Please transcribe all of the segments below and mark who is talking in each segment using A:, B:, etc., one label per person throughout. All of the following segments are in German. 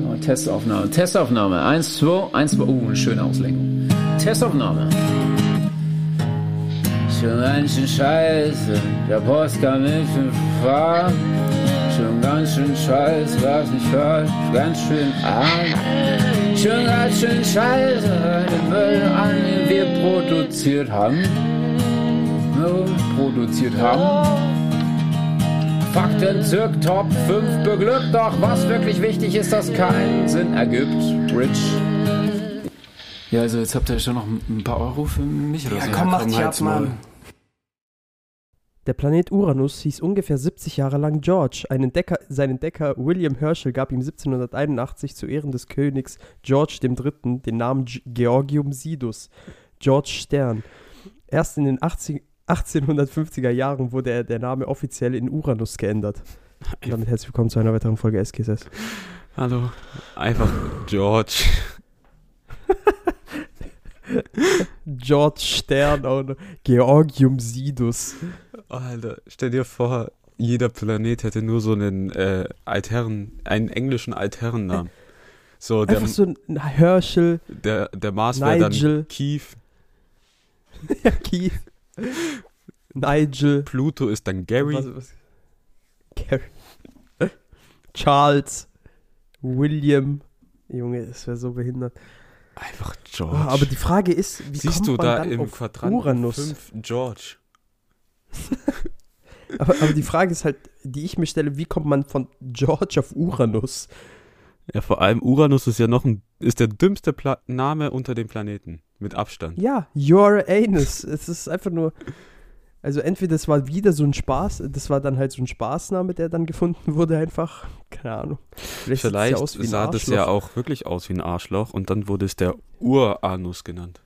A: Ja, Testaufnahme, Testaufnahme. Eins, zwei, eins, zwei. Uh, eine schöne Auslenkung. Testaufnahme. Schon ganz schön scheiße, der Post kam nicht in Fahrt. Schon ganz schön scheiße, was nicht hört. Ganz schön arm. Schon ganz schön scheiße, den Müll an, den wir produziert haben. Ne, produziert haben. Fakten zirk Top 5 beglückt, doch was wirklich wichtig ist, das keinen Sinn ergibt. Rich. Ja, also jetzt habt ihr schon noch ein paar Euro für mich oder
B: Ja,
A: so. halt
B: komm, mach dich ab,
A: halt's Maul.
B: Mann.
C: Der Planet Uranus hieß ungefähr 70 Jahre lang George. Ein Entdecker, sein Entdecker William Herschel gab ihm 1781 zu Ehren des Königs George III. den Namen G Georgium Sidus, George Stern. Erst in den 80, 1850er Jahren wurde er, der Name offiziell in Uranus geändert. Und damit herzlich willkommen zu einer weiteren Folge SKSS.
D: Hallo. Einfach George.
C: George Stern und Georgium Sidus.
D: Oh, Alter, stell dir vor, jeder Planet hätte nur so einen äh, Altherren, einen englischen Altherrennamen. So, der,
C: Einfach so ein Herschel,
D: der, der Mars wäre dann
C: Nigel,
D: Keith,
C: Keith, Nigel.
D: Pluto ist dann Gary.
C: Was, was? Gary. Charles. William. Junge, das wäre so behindert.
D: Einfach
C: Oh,
D: George.
C: aber die Frage ist, wie
D: Siehst
C: kommt
D: du
C: man
D: da
C: dann
D: im
C: auf
D: Quadranten
C: Uranus?
D: 5 George?
C: Aber, aber die Frage ist halt, die ich mir stelle, wie kommt man von George auf Uranus?
D: Ja, vor allem Uranus ist ja noch ein, ist der dümmste Pla Name unter den Planeten. Mit Abstand.
C: Ja, your anus. es ist einfach nur. Also entweder es war wieder so ein Spaß, das war dann halt so ein Spaßname, der dann gefunden wurde einfach. Keine Ahnung. Vielleicht, sieht's ja
D: Vielleicht
C: aus wie ein
D: sah das
C: Arschloch.
D: ja auch wirklich aus wie ein Arschloch und dann wurde es der Uranus genannt.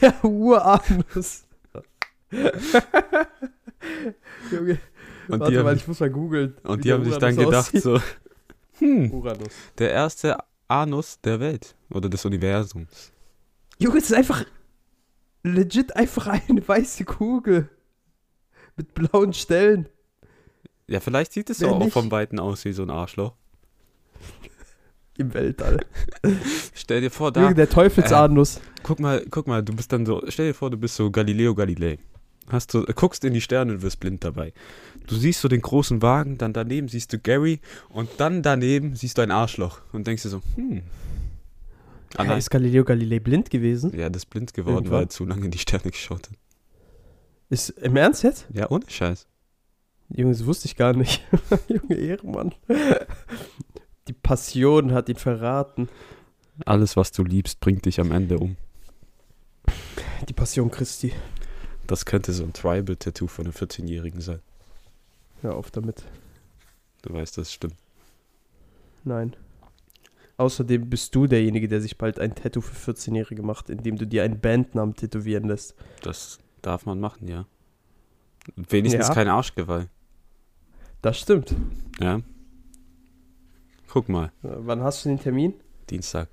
C: Der Uranus. Junge,
D: Und
C: warte
D: die haben-
C: mal, ich muss mal googeln. wie
D: Und die
C: der
D: haben sich dann
C: Uranus
D: gedacht,
C: aussieht.
D: so, hm,
C: Uranus.
D: der erste Anus der Welt oder des Universums.
C: Junge, es ist einfach legit einfach eine weiße Kugel. Mit blauen Stellen.
D: Ja, vielleicht sieht es
C: Wer
D: auch
C: nicht?
D: vom Weiten aus wie so ein Arschloch.
C: Im Weltall.
D: Stell dir vor, da, äh,
C: Junge, der Teufelsanus.
D: guck mal, guck mal, du bist dann so, stell dir vor, du bist so Galileo Galilei. Hast du, guckst in die Sterne und wirst blind dabei. Du siehst so den großen Wagen, dann daneben siehst du Gary und dann daneben siehst du ein Arschloch und denkst dir so, hm. Ah,
C: Hey,
D: nein.
C: ist Galileo Galilei blind gewesen?
D: Ja, das ist blind geworden,
C: Irgendwann.
D: weil er zu lange in die Sterne geschaut hat.
C: Ist im Ernst jetzt?
D: Ja, ohne Scheiß.
C: Junge, das wusste ich gar nicht. Junge, Ehrenmann. Die Passion hat ihn verraten.
D: Alles, was du liebst, bringt dich am Ende um.
C: Die Passion Christi.
D: Das könnte so ein Tribal-Tattoo von einem 14-Jährigen sein.
C: Hör auf damit.
D: Du weißt, das stimmt.
C: Nein. Außerdem bist du derjenige, der sich bald ein Tattoo für 14-Jährige macht, indem du dir einen Bandnamen tätowieren lässt.
D: Das darf man machen, ja. Wenigstens
C: Ja.
D: kein Arschgeweih.
C: Das stimmt. Äh,
D: Ja. Guck mal,
C: Wann hast du den Termin?
D: Dienstag.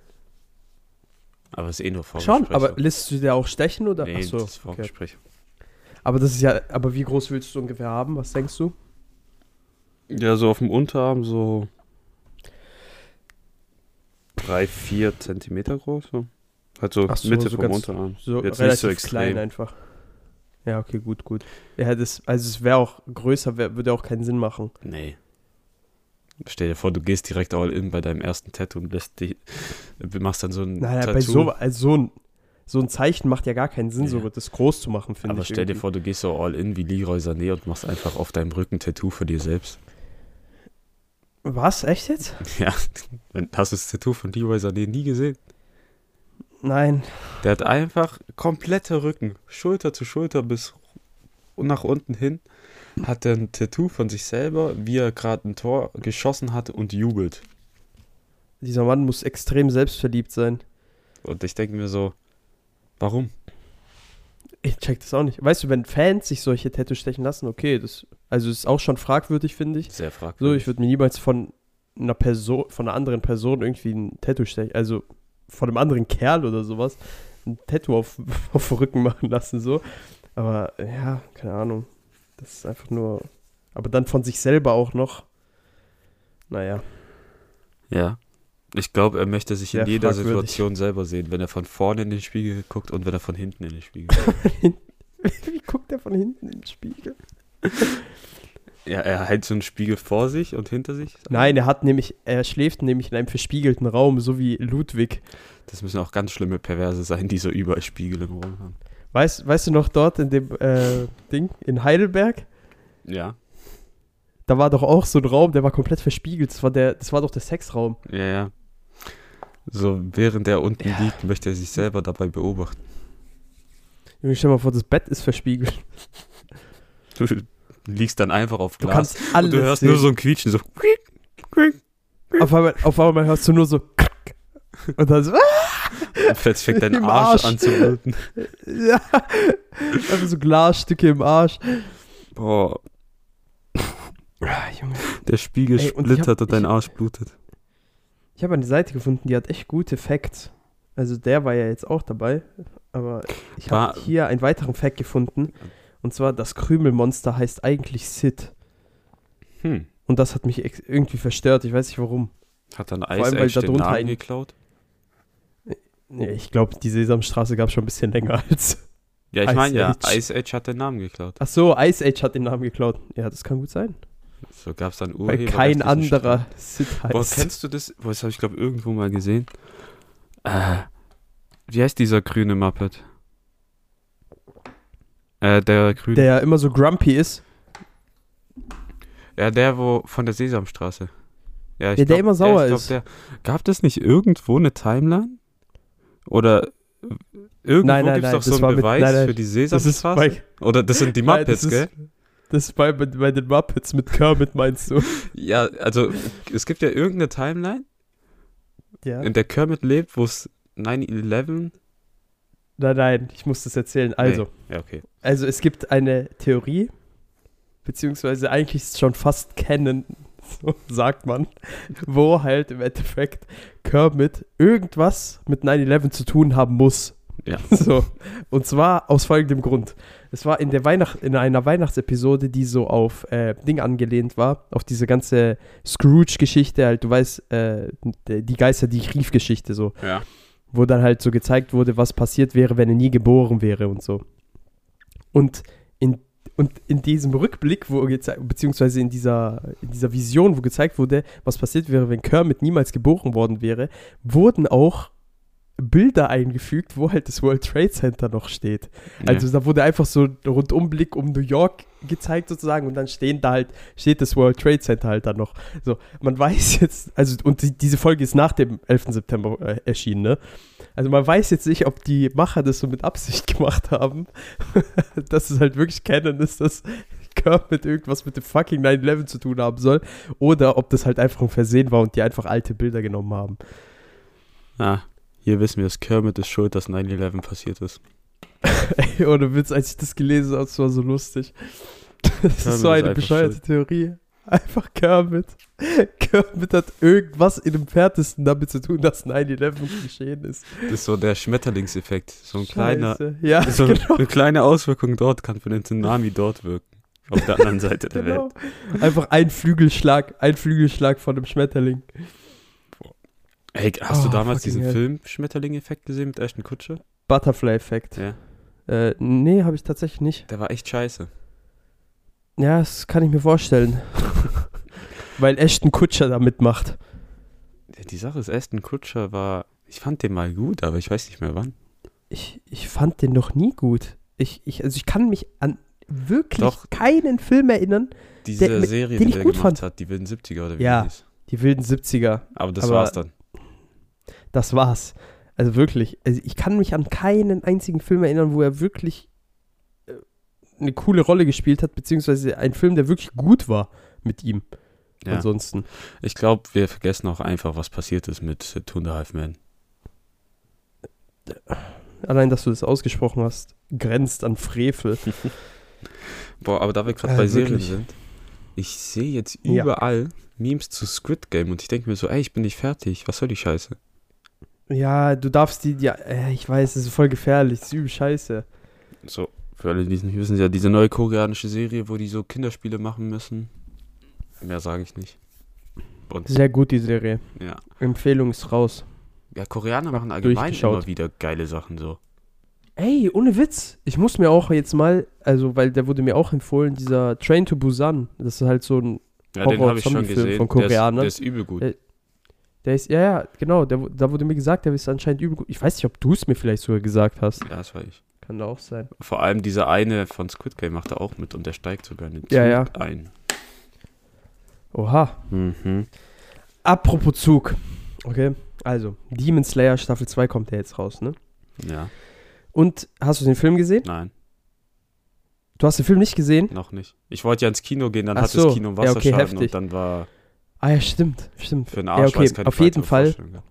D: Aber ist eh nur Vorgespräch.
C: Schon, aber lässt du dir auch stechen oder?
D: nee,
C: Ach so,
D: das ist
C: okay.
D: Vorgespräch.
C: Aber das ist ja, aber wie groß willst du ungefähr haben? Was denkst du?
D: Ja, so auf dem Unterarm so drei, vier Zentimeter groß. So. Halt so
C: Ach so,
D: Mitte
C: so
D: vom
C: ganz-
D: Unterarm.
C: So
D: Jetzt
C: relativ
D: nicht so extrem.
C: klein einfach. Ja, okay, gut, gut. Ja, das, also es wäre auch größer, wär, würde auch keinen Sinn machen.
D: Nee. Stell dir vor, du gehst direkt all in bei deinem ersten Tattoo und lässt dich, machst dann so ein
C: Naja,
D: Tattoo.
C: bei so, also so ein, so ein Zeichen macht ja gar keinen Sinn, so
D: Ja.
C: das groß zu machen, finde ich.
D: Aber stell dir
C: irgendwie.
D: vor, du gehst so all in wie Leroy Sané und machst einfach auf deinem Rücken Tattoo für dir selbst.
C: Was? Echt jetzt?
D: Ja, dann hast du das Tattoo von Leroy Sané nie gesehen?
C: Nein.
D: Der hat einfach komplette Rücken, Schulter zu Schulter bis nach unten hin, hat er ein Tattoo von sich selber, wie er gerade ein Tor geschossen hat und jubelt.
C: Dieser Mann muss extrem selbstverliebt sein.
D: Und ich denke mir so, warum?
C: Ich check das auch nicht. Weißt du, wenn Fans sich solche Tattoos stechen lassen, okay, das also ist auch schon fragwürdig, finde ich.
D: Sehr
C: So,
D: fragwürdig.
C: ich würde mir niemals von einer Person, von einer anderen Person irgendwie ein Tattoo stechen, also von einem anderen Kerl oder sowas, ein Tattoo auf, auf den Rücken machen lassen, so. Aber ja, keine Ahnung. Das ist einfach nur. Aber dann von sich selber auch noch. Naja.
D: ja. Ich glaube, er möchte sich in
C: Sehr
D: jeder
C: fragwürdig.
D: Situation selber sehen, wenn er von vorne in den Spiegel guckt und wenn er von hinten in den Spiegel guckt.
C: Wie guckt er von hinten in den Spiegel?
D: ja, er hält so einen Spiegel vor sich und hinter sich.
C: Nein, er hat nämlich, er schläft nämlich in einem verspiegelten Raum, so wie Ludwig.
D: Das müssen auch ganz schlimme Perverse sein, die so überall Spiegel im Raum haben.
C: Weißt, weißt du noch dort in dem äh, Ding in Heidelberg?
D: Ja.
C: Da war doch auch so ein Raum, der war komplett verspiegelt. Das war, der, das war doch der Sexraum.
D: Ja, ja. So, während er unten
C: Ja.
D: liegt, möchte er sich selber dabei beobachten.
C: Junge, stell dir mal vor, das Bett ist verspiegelt.
D: Du liegst dann einfach auf
C: Du
D: Glas
C: kannst alles
D: und du hörst
C: sehen.
D: nur so ein Quietschen, so quiek, quiek.
C: Auf einmal, auf einmal hörst du nur so krack. und dann so, ah,
D: Und plötzlich fängt dein
C: Im
D: Arsch,
C: Arsch.
D: an zu bluten.
C: ja. Einfach so Glasstücke im Arsch.
D: Boah,
C: Ah, Junge.
D: der Spiegel
C: Ey, und ich hab-
D: splittert und dein
C: ich-
D: Arsch blutet.
C: Ich habe eine Seite gefunden, die hat echt gute Facts. Also der war ja jetzt auch dabei, aber ich habe
D: War-
C: hier einen weiteren Fact gefunden. Und zwar, das Krümelmonster heißt eigentlich Sid.
D: Hm.
C: Und das hat mich ex- irgendwie verstört. Ich weiß nicht warum.
D: Hat dann
C: allem,
D: Eis
C: weil
D: Age
C: da
D: den
C: drunter
D: Namen
C: ein-
D: geklaut?
C: Nee, ich glaube, die Sesamstraße gab es schon ein bisschen länger als.
D: Ja, ich
C: Ice
D: meine ja,
C: Age.
D: Ice Age hat den Namen geklaut.
C: Ach so, Ice Age hat den Namen geklaut. Ja, das kann gut sein.
D: So gab es dann
C: Weil
D: Urheber.
C: kein anderer Sid heißt.
D: Boah, kennst du das? Boah, das habe ich glaube irgendwo mal gesehen. Äh, wie heißt dieser grüne Muppet? Äh, der grüne.
C: der ja immer so grumpy ist.
D: ja, der, wo von der Sesamstraße. Ja, ich
C: Ja, der immer sauer ist.
D: Der, gab das nicht irgendwo eine Timeline? Oder irgendwo
C: Nein, nein,
D: gibt's
C: nein,
D: doch so
C: das war
D: einen
C: mit-
D: Beweis
C: nein, nein,
D: für die
C: Das ist
D: Sesamstraße?
C: bei,
D: Oder das sind die
C: Nein,
D: Muppets,
C: das ist-
D: gell?
C: das ist bei, bei den Muppets mit Kermit, meinst du?
D: Ja, also es gibt ja irgendeine Timeline,
C: Ja.
D: in der Kermit lebt, wo es 9-11.
C: Nein, nein, ich muss das erzählen. Also,
D: Ja, okay.
C: also es gibt eine Theorie, beziehungsweise eigentlich ist es schon fast kennen, so sagt man, wo halt im Endeffekt Kermit irgendwas mit 9-11 zu tun haben muss.
D: Ja.
C: So. Und zwar aus folgendem Grund. Es war in der Weihnacht, in einer Weihnachtsepisode, die so auf äh, Ding angelehnt war, auf diese ganze Scrooge-Geschichte, halt, du weißt, äh, die Geister, die ich rief Geschichte so
D: Ja.
C: wo dann halt so gezeigt wurde, was passiert wäre, wenn er nie geboren wäre und so. Und in, und in diesem Rückblick, wo gezei- beziehungsweise in dieser, in dieser Vision, wo gezeigt wurde, was passiert wäre, wenn Kermit niemals geboren worden wäre, wurden auch Bilder eingefügt, wo halt das World Trade Center noch steht. Also da wurde einfach so ein Rundumblick um New York gezeigt sozusagen und dann stehen da halt, steht das World Trade Center halt da noch. So, man weiß jetzt, also und die, diese Folge ist nach dem 11. September äh, erschienen, ne? Also man weiß jetzt nicht, ob die Macher das so mit Absicht gemacht haben, dass es halt wirklich kennen ist, dass Kermit irgendwas mit dem fucking 9-11 zu tun haben soll oder ob das halt einfach ein Versehen war und die einfach alte Bilder genommen haben.
D: Ah, hier wissen wir, dass Kermit ist schuld, dass 9-11 passiert ist.
C: Ey, ohne Witz, als ich das gelesen habe, das war so lustig. Das
D: Kermit
C: ist so
D: ist
C: eine
D: einfach
C: bescheuerte Theorie. Einfach Kermit. Kermit hat irgendwas in dem Fernsten damit zu tun, dass 9-11 geschehen ist.
D: Das ist so der Schmetterlingseffekt. So ein kleiner,
C: Scheiße. Ja,
D: so
C: genau.
D: eine kleine Auswirkung dort kann für den Tsunami dort wirken. Auf der anderen Seite der
C: genau.
D: Welt.
C: Einfach ein Flügelschlag, ein Flügelschlag von einem Schmetterling.
D: Hey, hast
C: Oh,
D: du damals
C: fucking
D: diesen
C: hell.
D: Film Schmetterling-Effekt gesehen mit Ashton Kutscher?
C: Butterfly-Effekt.
D: Ja.
C: Äh, nee, habe ich tatsächlich nicht.
D: Der war echt scheiße.
C: Ja, das kann ich mir vorstellen. Weil Ashton Kutscher da mitmacht.
D: Ja, die Sache ist, Ashton Kutscher war. Ich fand den mal gut, aber ich weiß nicht mehr wann.
C: ich, ich fand den noch nie gut. Ich, ich, also ich kann mich an wirklich
D: Doch.
C: keinen Film erinnern.
D: Diese
C: Der- mit-
D: Serie,
C: den
D: die
C: ich
D: der
C: gut
D: gemacht
C: fand.
D: hat, die wilden 70er oder wie
C: Ja.
D: die hieß.
C: Die wilden 70er,
D: Aber das
C: Aber-
D: war's dann.
C: das war's. Also wirklich, also ich kann mich an keinen einzigen Film erinnern, wo er wirklich äh, eine coole Rolle gespielt hat, beziehungsweise ein Film, der wirklich gut war mit ihm.
D: Ja.
C: Ansonsten.
D: Ich glaube, wir vergessen auch einfach, was passiert ist mit äh, Two and a Half Men.
C: Allein, dass du das ausgesprochen hast, grenzt an Frevel.
D: Boah, aber da wir gerade
C: Äh,
D: bei Serien
C: wirklich.
D: sind, ich sehe jetzt
C: Ja.
D: überall Memes zu Squid Game und ich denke mir so, ey, ich bin nicht fertig, was soll die Scheiße?
C: Ja, du darfst die, ja, äh, ich weiß, es ist voll gefährlich, das ist übel scheiße.
D: So, für alle, die es nicht wissen, ja, diese neue koreanische Serie, wo die so Kinderspiele machen müssen. Mehr sage ich nicht. bei uns.
C: Sehr gut, die Serie.
D: Ja.
C: Empfehlung ist raus.
D: Ja, Koreaner machen allgemein
C: durchgeschaut.
D: immer wieder geile Sachen so.
C: Ey, ohne Witz. Ich muss mir auch jetzt mal, also, weil der wurde mir auch empfohlen, dieser Train to Busan. Das ist halt so ein
D: Ja, den
C: Horror-
D: habe ich schon
C: Zombie-Film
D: gesehen.
C: von
D: der, ist,
C: Koreanern. Äh.
D: der ist übel gut.
C: Der- Der ist, ja, ja, genau, der, wu- da wurde mir gesagt, der ist anscheinend übel gut. Ich weiß nicht, ob du es mir vielleicht sogar gesagt hast.
D: Ja, das war ich.
C: Kann da auch sein.
D: Vor allem dieser eine von Squid Game macht er auch mit und der steigt sogar in den Zug
C: Ja, ja.
D: ein.
C: Oha.
D: Mhm.
C: Apropos Zug. Okay, also, Demon Slayer Staffel 2 kommt ja jetzt raus, ne?
D: Ja,
C: Und hast du den Film gesehen?
D: nein,
C: Du hast den Film nicht gesehen?
D: noch nicht. Ich wollte ja ins Kino gehen, dann
C: Ach
D: hat
C: so.
D: das Kino einen
C: Ja, okay,
D: Wasserschaden
C: heftig.
D: und dann war
C: Ah ja, stimmt, stimmt.
D: für den Arsch,
C: okay,
D: weil es keine
C: auf jeden
D: weitere
C: Fall.
D: Vorstellung gab.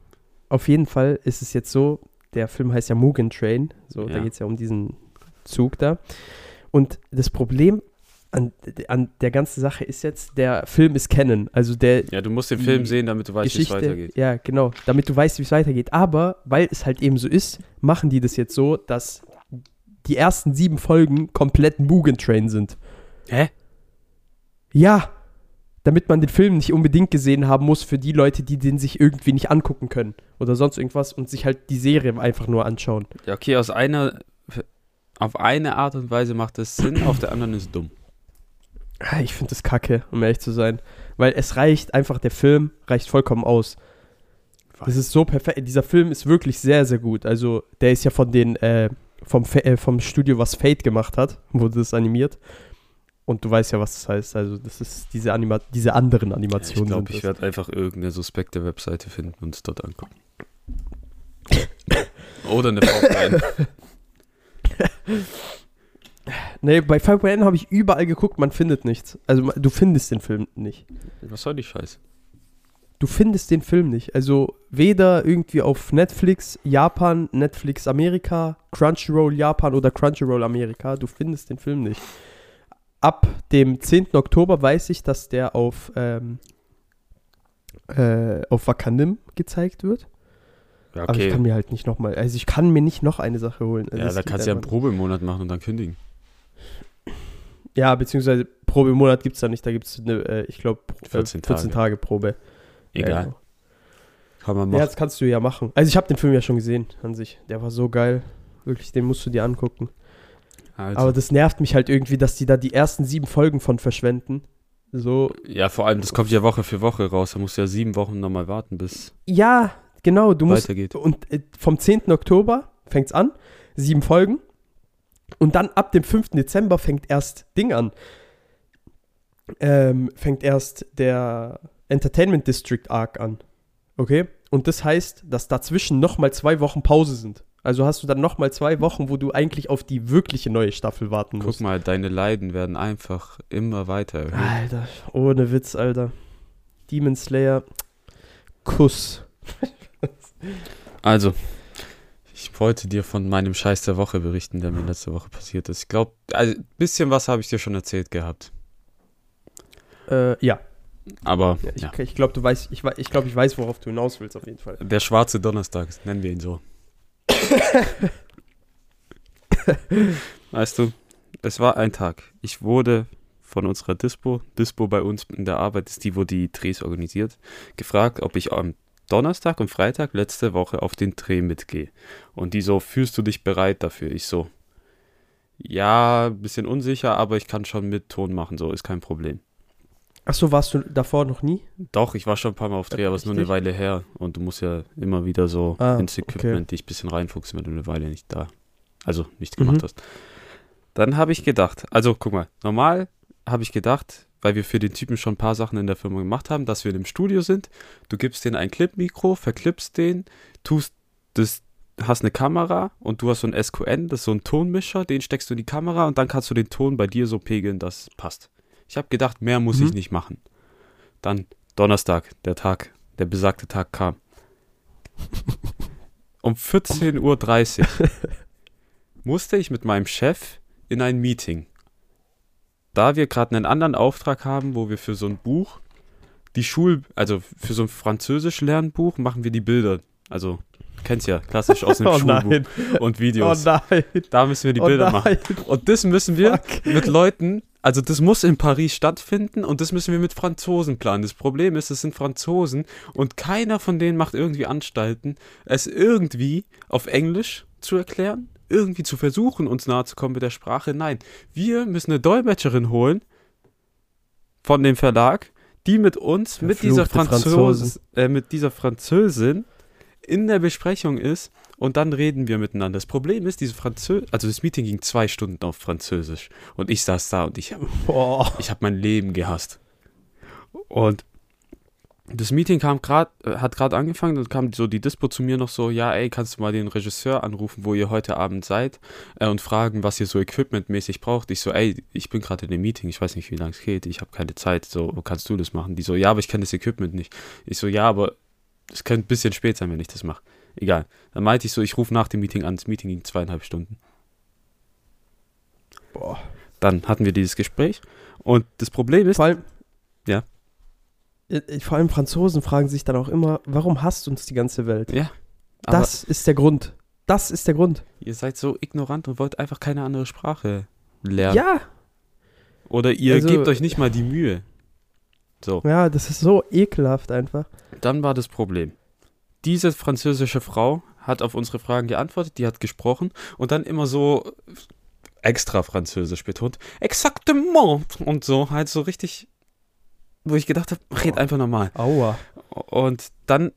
C: Auf jeden Fall ist es jetzt so, der Film heißt ja Mugen Train, so, da
D: Ja.
C: geht es ja um diesen Zug da. Und das Problem an, an der ganzen Sache ist jetzt, der Film ist Canon, also der
D: Ja, du musst den
C: Die
D: Film sehen, damit du weißt, wie es
C: Geschichte,
D: weitergeht.
C: ja genau, damit du weißt, wie es weitergeht. Aber, weil es halt eben so ist, machen die das jetzt so, dass die ersten sieben Folgen komplett Mugen Train sind.
D: Hä?
C: Ja, damit man den Film nicht unbedingt gesehen haben muss für die Leute, die den sich irgendwie nicht angucken können oder sonst irgendwas und sich halt die Serie einfach nur anschauen.
D: Ja, okay, aus einer, auf eine Art und Weise macht es Sinn, auf der anderen ist dumm.
C: Ah, Ich finde das kacke, um ehrlich zu sein. Weil es reicht einfach, der Film reicht vollkommen aus. Das ist so perfekt. Dieser Film ist wirklich sehr, sehr gut. Also, der ist ja von den, äh, vom, Fa- äh, vom Studio, was Fate gemacht hat, wurde das animiert. Und du weißt ja, was das heißt. Also, das ist diese, Anima diese anderen
D: Ja, ich
C: Animationen.
D: glaube,
C: sind
D: ich
C: das.
D: werde einfach irgendeine suspekte Webseite finden und es dort angucken. Oder eine VPN.
C: Nee, bei 5 habe ich überall geguckt, man findet nichts. Also, ma- du findest den Film nicht.
D: Was soll die Scheiße?
C: du findest den Film nicht. Also weder irgendwie auf Netflix Japan, Netflix Amerika, Crunchyroll Japan oder Crunchyroll Amerika, du findest den Film nicht. Ab dem 10. Oktober weiß ich, dass der auf, ähm, äh, auf Wakanim gezeigt wird.
D: Ja,
C: Aber ich
D: okay.
C: kann mir halt nicht nochmal, also ich kann mir nicht noch eine Sache holen. Also
D: Ja,
C: das
D: da
C: geht
D: kannst du ja einen
C: einfach
D: Probemonat machen und dann kündigen.
C: nicht. ja, beziehungsweise Probe im Monat gibt es da nicht, da gibt es, eine, äh, ich glaube,
D: 14
C: 14,
D: Tage.
C: 14 Tage Probe.
D: Egal.
C: Ja, genau.
D: Kann man
C: Ja,
D: machen.
C: das kannst du ja machen. Also ich habe den Film ja schon gesehen an sich. Der war so geil. Wirklich, den musst du dir angucken.
D: also,
C: Aber das nervt mich halt irgendwie, dass die da die ersten sieben Folgen von verschwenden. So.
D: ja, vor allem, das kommt ja Woche für Woche raus. Da musst du ja sieben Wochen nochmal warten, bis
C: Ja, genau, du
D: es
C: musst.
D: weitergeht.
C: Und äh, vom 10. Oktober fängt's an, sieben Folgen. Und dann ab dem 5. Dezember fängt erst Ding an. Ähm, fängt erst der Entertainment District Arc an. Okay? Und das heißt, dass dazwischen nochmal zwei Wochen Pause sind. Also hast du dann nochmal zwei Wochen, wo du eigentlich auf die wirkliche neue Staffel warten
D: Guck
C: musst.
D: mal, deine Leiden werden einfach immer weiter erhöht.
C: Alter, ohne Witz, Alter. Demon Slayer. Kuss.
D: Also, ich wollte dir von meinem Scheiß der Woche berichten, der mir letzte Woche passiert ist. Ich glaube, also, ein bisschen was habe ich dir schon erzählt gehabt.
C: Äh, ja.
D: Aber,
C: Ja, ich
D: ja.
C: ich glaube, du weißt, ich, wei- ich glaube, ich weiß, worauf du hinaus willst, auf jeden Fall.
D: Der schwarze Donnerstag, nennen wir ihn so. weißt du, es war ein Tag. Ich wurde von unserer Dispo, Dispo bei uns in der Arbeit ist die, wo die Drehs organisiert, gefragt, ob ich am Donnerstag und Freitag letzte Woche auf den Dreh mitgehe. Und die so, fühlst du dich bereit dafür? Ich so, ja, ein bisschen unsicher, aber ich kann schon mit Ton machen, so ist kein Problem.
C: Ach so, warst du davor noch nie?
D: Doch, ich war schon ein paar Mal auf Dreh, aber es ist nur eine
C: Richtig?
D: Weile her. Und du musst ja immer wieder so
C: Ah,
D: ins Equipment dich ein bisschen reinfuchsen, wenn du eine Weile nicht da, also nicht gemacht
C: Mhm.
D: hast. Dann habe ich gedacht, also guck mal, normal habe ich gedacht, weil wir für den Typen schon ein paar Sachen in der Firma gemacht haben, dass wir in einem Studio sind. Du gibst denen ein Clip-Mikro, verklippst den, tust das, hast eine Kamera und du hast so ein SQN, das ist so ein Tonmischer, den steckst du in die Kamera und dann kannst du den Ton bei dir so pegeln, dass es passt. Ich habe gedacht, mehr muss
C: Mhm.
D: ich nicht machen. Dann Donnerstag, der Tag, der besagte Tag kam. Um 14.30 Uhr musste ich mit meinem Chef in ein Meeting. Da wir gerade einen anderen Auftrag haben, wo wir für so ein Buch, die Schul, also für so ein französisch Lernbuch, machen wir die Bilder. Also Kennst ja, klassisch aus dem
C: Oh nein.
D: Schulbuch und
C: Oh
D: Videos.
C: nein.
D: da müssen wir die
C: Oh
D: Bilder
C: nein.
D: machen. Und das müssen wir mit Leuten, also das muss in Paris stattfinden und das müssen wir mit Franzosen planen. Das Problem ist, es sind Franzosen und keiner von denen macht irgendwie Anstalten, es irgendwie auf Englisch zu erklären, irgendwie zu versuchen, uns nahe zu kommen mit der Sprache. Nein, wir müssen eine Dolmetscherin holen von dem Verlag, die mit uns, mit dieser,
C: Verfluchte
D: Franzose,
C: Franzosen.
D: äh, mit dieser Französin in der Besprechung ist und dann reden wir miteinander. Das Problem ist, diese Franzö also das Meeting ging zwei Stunden auf Französisch und ich saß da und ich,
C: Boah.
D: ich habe mein Leben gehasst. Und das Meeting kam grad, äh, hat gerade angefangen und kam so die Dispo zu mir noch so, ja ey, kannst du mal den Regisseur anrufen, wo ihr heute Abend seid äh, und fragen, was ihr so equipmentmäßig braucht. Ich so, ey, ich bin gerade in einem Meeting, ich weiß nicht, wie lange es geht, ich habe keine Zeit, so, kannst du das machen? Die so, ja, aber ich kenne das Equipment nicht. Ich so, ja, aber es könnte ein bisschen spät sein, wenn ich das mache. Egal. Dann meinte ich so, ich rufe nach dem Meeting an. Das Meeting ging zweieinhalb Stunden.
C: Boah.
D: Dann hatten wir dieses Gespräch. Und das Problem ist,
C: Vor allem.
D: Ja.
C: Äh, äh, Vor allem Franzosen fragen sich dann auch immer, warum hasst uns die ganze Welt?
D: ja, aber
C: Das ist der Grund. Das ist der Grund.
D: ihr seid so ignorant und wollt einfach keine andere Sprache lernen.
C: Ja.
D: Oder ihr
C: Also-
D: gebt euch nicht mal die Mühe. So,
C: Ja, das ist so ekelhaft einfach.
D: dann war das Problem. Diese französische Frau hat auf unsere Fragen geantwortet, die hat gesprochen und dann immer so extra französisch betont. Exactement! Und so, halt so richtig, wo ich gedacht habe, red einfach normal.
C: Aua.
D: Und dann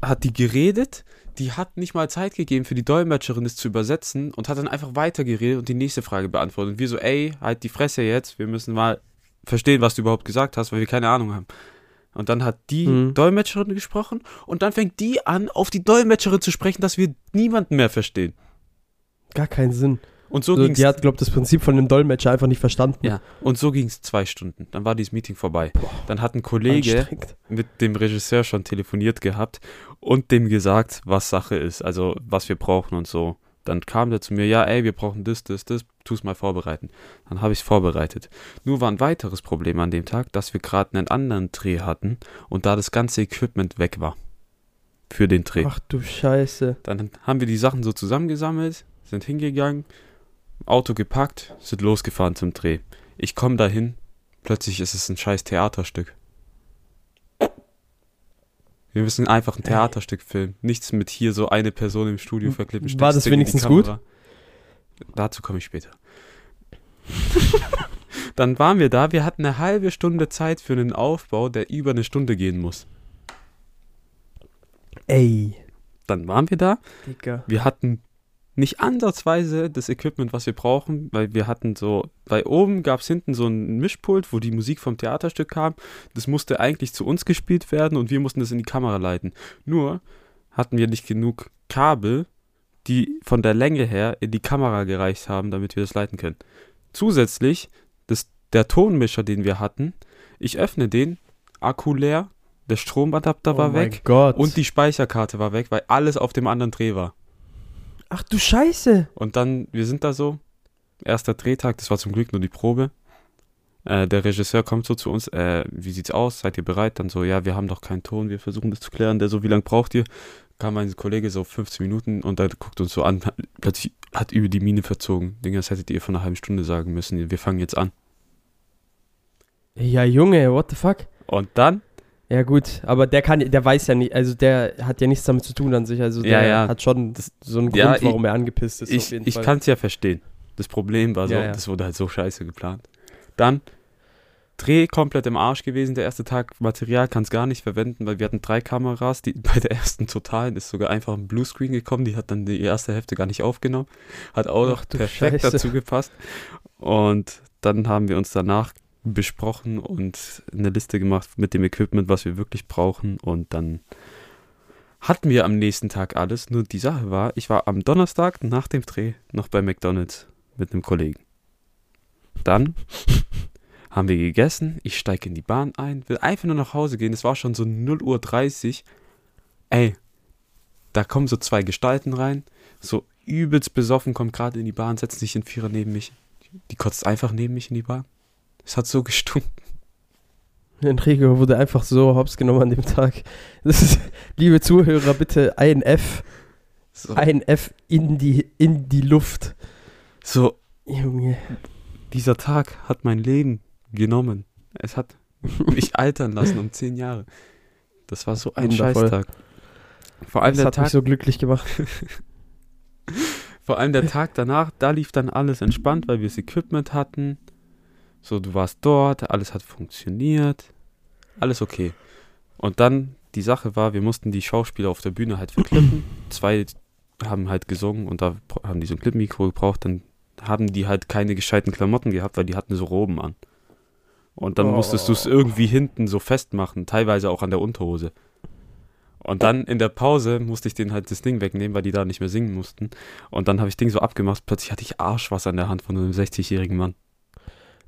D: hat die geredet, die hat nicht mal Zeit gegeben für die Dolmetscherin, das zu übersetzen und hat dann einfach weitergeredet und die nächste Frage beantwortet. Und wir so, ey, halt die Fresse jetzt, wir müssen mal verstehen, was du überhaupt gesagt hast, weil wir keine Ahnung haben. Und dann hat die
C: Mhm.
D: Dolmetscherin gesprochen und dann fängt die an, auf die Dolmetscherin zu sprechen, dass wir niemanden mehr verstehen.
C: Gar keinen Sinn.
D: Und so
C: Also,
D: ging's.
C: die hat, glaube das Prinzip von dem Dolmetscher einfach nicht verstanden.
D: ja, und so ging's zwei Stunden. Dann war dieses Meeting vorbei. Dann hat ein Kollege
C: Anstrengend.
D: mit dem Regisseur schon telefoniert gehabt und dem gesagt, was Sache ist, also was wir brauchen und so. Dann kam der zu mir, ja, ey, wir brauchen das, das, das, tu's mal vorbereiten. Dann habe ich es vorbereitet. Nur war ein weiteres Problem an dem Tag, dass wir gerade einen anderen Dreh hatten und da das ganze Equipment weg war. Für den Dreh.
C: Ach du Scheiße.
D: Dann haben wir die Sachen so zusammengesammelt, sind hingegangen, Auto gepackt, sind losgefahren zum Dreh. Ich komme dahin, plötzlich ist es ein scheiß Theaterstück. Wir müssen einfach ein
C: Ey.
D: Theaterstück filmen. Nichts mit hier so eine Person im Studio verklippen.
C: Hm, War das
D: steckst Ding in die
C: wenigstens
D: Kamera. Dazu komme ich später. Dann waren wir da, wir hatten eine halbe Stunde Zeit für einen Aufbau, der über eine Stunde gehen muss.
C: Ey.
D: Dann waren wir da,
C: Digga.
D: wir hatten nicht ansatzweise das Equipment, was wir brauchen, weil wir hatten so, bei oben gab es hinten so ein Mischpult, wo die Musik vom Theaterstück kam. Das musste eigentlich zu uns gespielt werden und wir mussten das in die Kamera leiten. Nur hatten wir nicht genug Kabel, die von der Länge her in die Kamera gereicht haben, damit wir das leiten können. Zusätzlich, das, der Tonmischer, den wir hatten, ich öffne den, Akku leer, der Stromadapter
C: oh
D: war
C: mein
D: weg
C: Gott.
D: und die Speicherkarte war weg, weil alles auf dem anderen Dreh war.
C: Ach du Scheiße.
D: Und dann, wir sind da so, erster Drehtag, das war zum Glück nur die Probe. Äh, der Regisseur kommt so zu uns, äh, wie sieht's aus, seid ihr bereit? Dann so, ja, wir haben doch keinen Ton, wir versuchen das zu klären. Der so, wie lange braucht ihr? Kam mein Kollege so 15 Minuten und dann guckt uns so an, hat- plötzlich hat über die Miene verzogen. Dinger, das hättet ihr von einer halben Stunde sagen müssen, wir fangen jetzt an.
C: Ja, Junge, what the fuck?
D: Und dann,
C: Ja, gut, aber der kann, der weiß ja nicht, also der hat ja nichts damit zu tun an sich. Also der
D: Ja, ja.
C: hat schon so einen Grund,
D: Ja, ich-
C: warum er angepisst ist. auf
D: ich,
C: jeden
D: ich
C: Fall.
D: kann es ja verstehen. Das Problem war so,
C: Ja, ja.
D: das wurde halt so scheiße geplant. Dann Dreh komplett im Arsch gewesen, der erste Tag Material kann es gar nicht verwenden, weil wir hatten drei Kameras, die bei der ersten totalen ist sogar einfach ein Bluescreen gekommen, die hat dann die erste Hälfte gar nicht aufgenommen, hat auch
C: Ach
D: noch
C: du
D: perfekt
C: Scheiße.
D: dazu gepasst und dann haben wir uns danach besprochen und eine Liste gemacht mit dem Equipment, was wir wirklich brauchen und dann hatten wir am nächsten Tag alles, nur die Sache war, ich war am Donnerstag nach dem Dreh noch bei McDonald's mit einem Kollegen. Dann haben wir gegessen, ich steige in die Bahn ein, will einfach nur nach Hause gehen, es war schon so 0.30 Uhr. Ey, da kommen so zwei Gestalten rein, so übelst besoffen, kommt gerade in die Bahn, setzt sich in Vierer neben mich. Die kotzt einfach neben mich in die Bahn. Es hat so gestunken.
C: Enrico wurde einfach so hops genommen an dem Tag. Das ist, liebe Zuhörer, bitte ein F
D: So,
C: Ein F in die, in die Luft.
D: so,
C: Junge.
D: dieser Tag hat mein Leben genommen. Es hat mich altern lassen um zehn Jahre. Das war so ein
C: Wundervoll.
D: Scheißtag. Vor allem,
C: Das
D: der
C: hat
D: Tag,
C: mich so glücklich gemacht.
D: vor allem der Tag danach, da lief dann alles entspannt, weil wir das Equipment hatten. So, du warst dort, alles hat funktioniert. Alles okay. Und dann, die Sache war, wir mussten die Schauspieler auf der Bühne halt verklippen. Zwei haben halt gesungen und da bra- haben die so ein Clipmikro gebraucht. Dann haben die halt keine gescheiten Klamotten gehabt, weil die hatten so Roben an. Und dann musstest du es
C: Oh.
D: irgendwie hinten so festmachen, teilweise auch an der Unterhose. Und dann in der Pause musste ich denen halt das Ding wegnehmen, weil die da nicht mehr singen mussten. Und dann habe ich Ding so abgemacht, plötzlich hatte ich Arschwasser in der Hand von einem 60-jährigen Mann.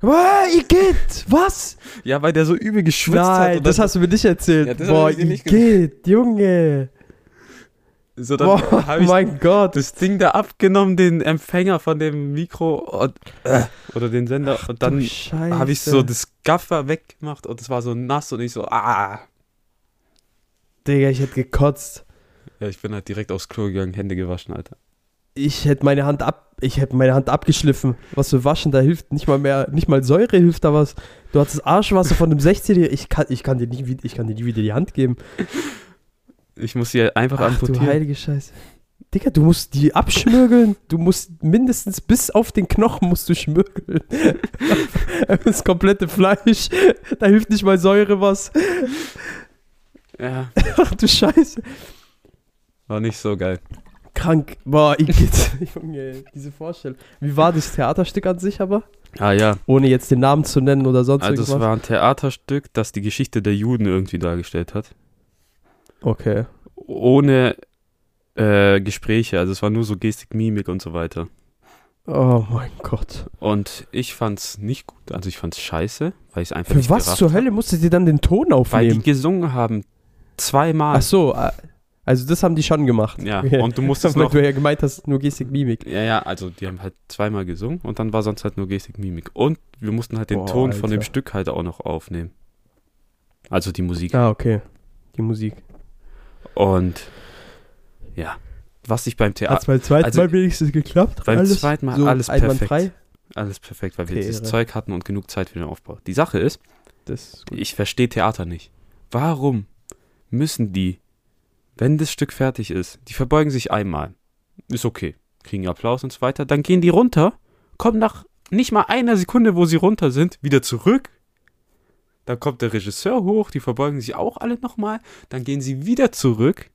C: Ah, ihr geht! Was?
D: Ja, weil der so übel geschwitzt hat.
C: Nein,
D: und
C: das
D: dann-
C: hast du mir nicht erzählt.
D: Ja, das hab
C: Boah,
D: ich dir
C: ihr
D: nicht gesagt.
C: geht, Junge.
D: so dann
C: Boah,
D: habe ich
C: mein Gott.
D: das Ding da abgenommen, den Empfänger von dem Mikro und, äh, oder den Sender und dann habe ich so das Gaffer weggemacht und es war so nass und ich so, ah.
C: Digga, ich hätte gekotzt.
D: Ja, ich bin halt direkt aufs Klo gegangen, Hände gewaschen, Alter.
C: Ich hätte meine Hand ab. Ich hätte meine Hand abgeschliffen. Was für Waschen, da hilft nicht mal mehr, nicht mal Säure hilft da was. Du hast das Arschwasser von einem 16-Jährigen. Ich kann, ich, kann dir nie, wie- ich kann dir nie wieder die Hand geben.
D: Ich muss sie halt einfach
C: Ach du
D: amputieren.
C: heilige Scheiße. Digga, du musst die abschmögeln. Du musst mindestens bis auf den Knochen musst du schmögeln. Das komplette Fleisch. Da hilft nicht mal Säure was.
D: Ja,
C: Ach du Scheiße.
D: war nicht so geil.
C: Krank. Boah, Igitt. Junge, diese Vorstellung. Wie war das Theaterstück an sich aber?
D: Ah ja,
C: Ohne jetzt den Namen zu nennen oder sonst
D: also es
C: irgendwas.
D: war ein Theaterstück, das die Geschichte der Juden irgendwie dargestellt hat.
C: okay.
D: Ohne äh, Gespräche, also es war nur so Gestik, Mimik und so weiter.
C: Oh mein Gott.
D: Und ich fand's nicht gut, also ich fand's scheiße, weil ich einfach
C: Für
D: nicht
C: was
D: gerafft
C: zur Hölle musstet ihr dann den Ton
D: Weil
C: aufnehmen?
D: die gesungen haben. Zweimal.
C: Ach so, äh, also das haben die schon gemacht.
D: Ja,
C: Okay.
D: und du musstest
C: Weil
D: noch.
C: du ja gemeint hast, nur Gestik, Mimik.
D: Ja, ja, also die haben halt zweimal gesungen und dann war sonst halt nur Gestik, Mimik. Und wir mussten halt den
C: Boah,
D: Ton von dem
C: Alter.
D: Stück halt auch noch aufnehmen. Also die Musik.
C: Ah, okay. Die Musik.
D: Und ja, was ich beim
C: Hat's
D: Theater.
C: beim zweiten
D: also-
C: Mal wenigstens geklappt?
D: Beim
C: alles
D: zweiten Mal
C: so
D: alles
C: einwandfrei?
D: perfekt. Alles perfekt, weil wir
C: Okay,
D: das
C: irre.
D: Zeug hatten und genug Zeit für den Aufbau. Die Sache ist,
C: Das ist gut.
D: ich verstehe Theater nicht. Warum müssen die, wenn das Stück fertig ist, die verbeugen sich einmal. Ist okay. Kriegen Applaus und so weiter. Dann gehen die runter, kommen nach nicht mal einer Sekunde, wo sie runter sind, wieder zurück. Dann kommt der Regisseur hoch, die verbeugen sich auch alle nochmal. Dann gehen sie wieder zurück.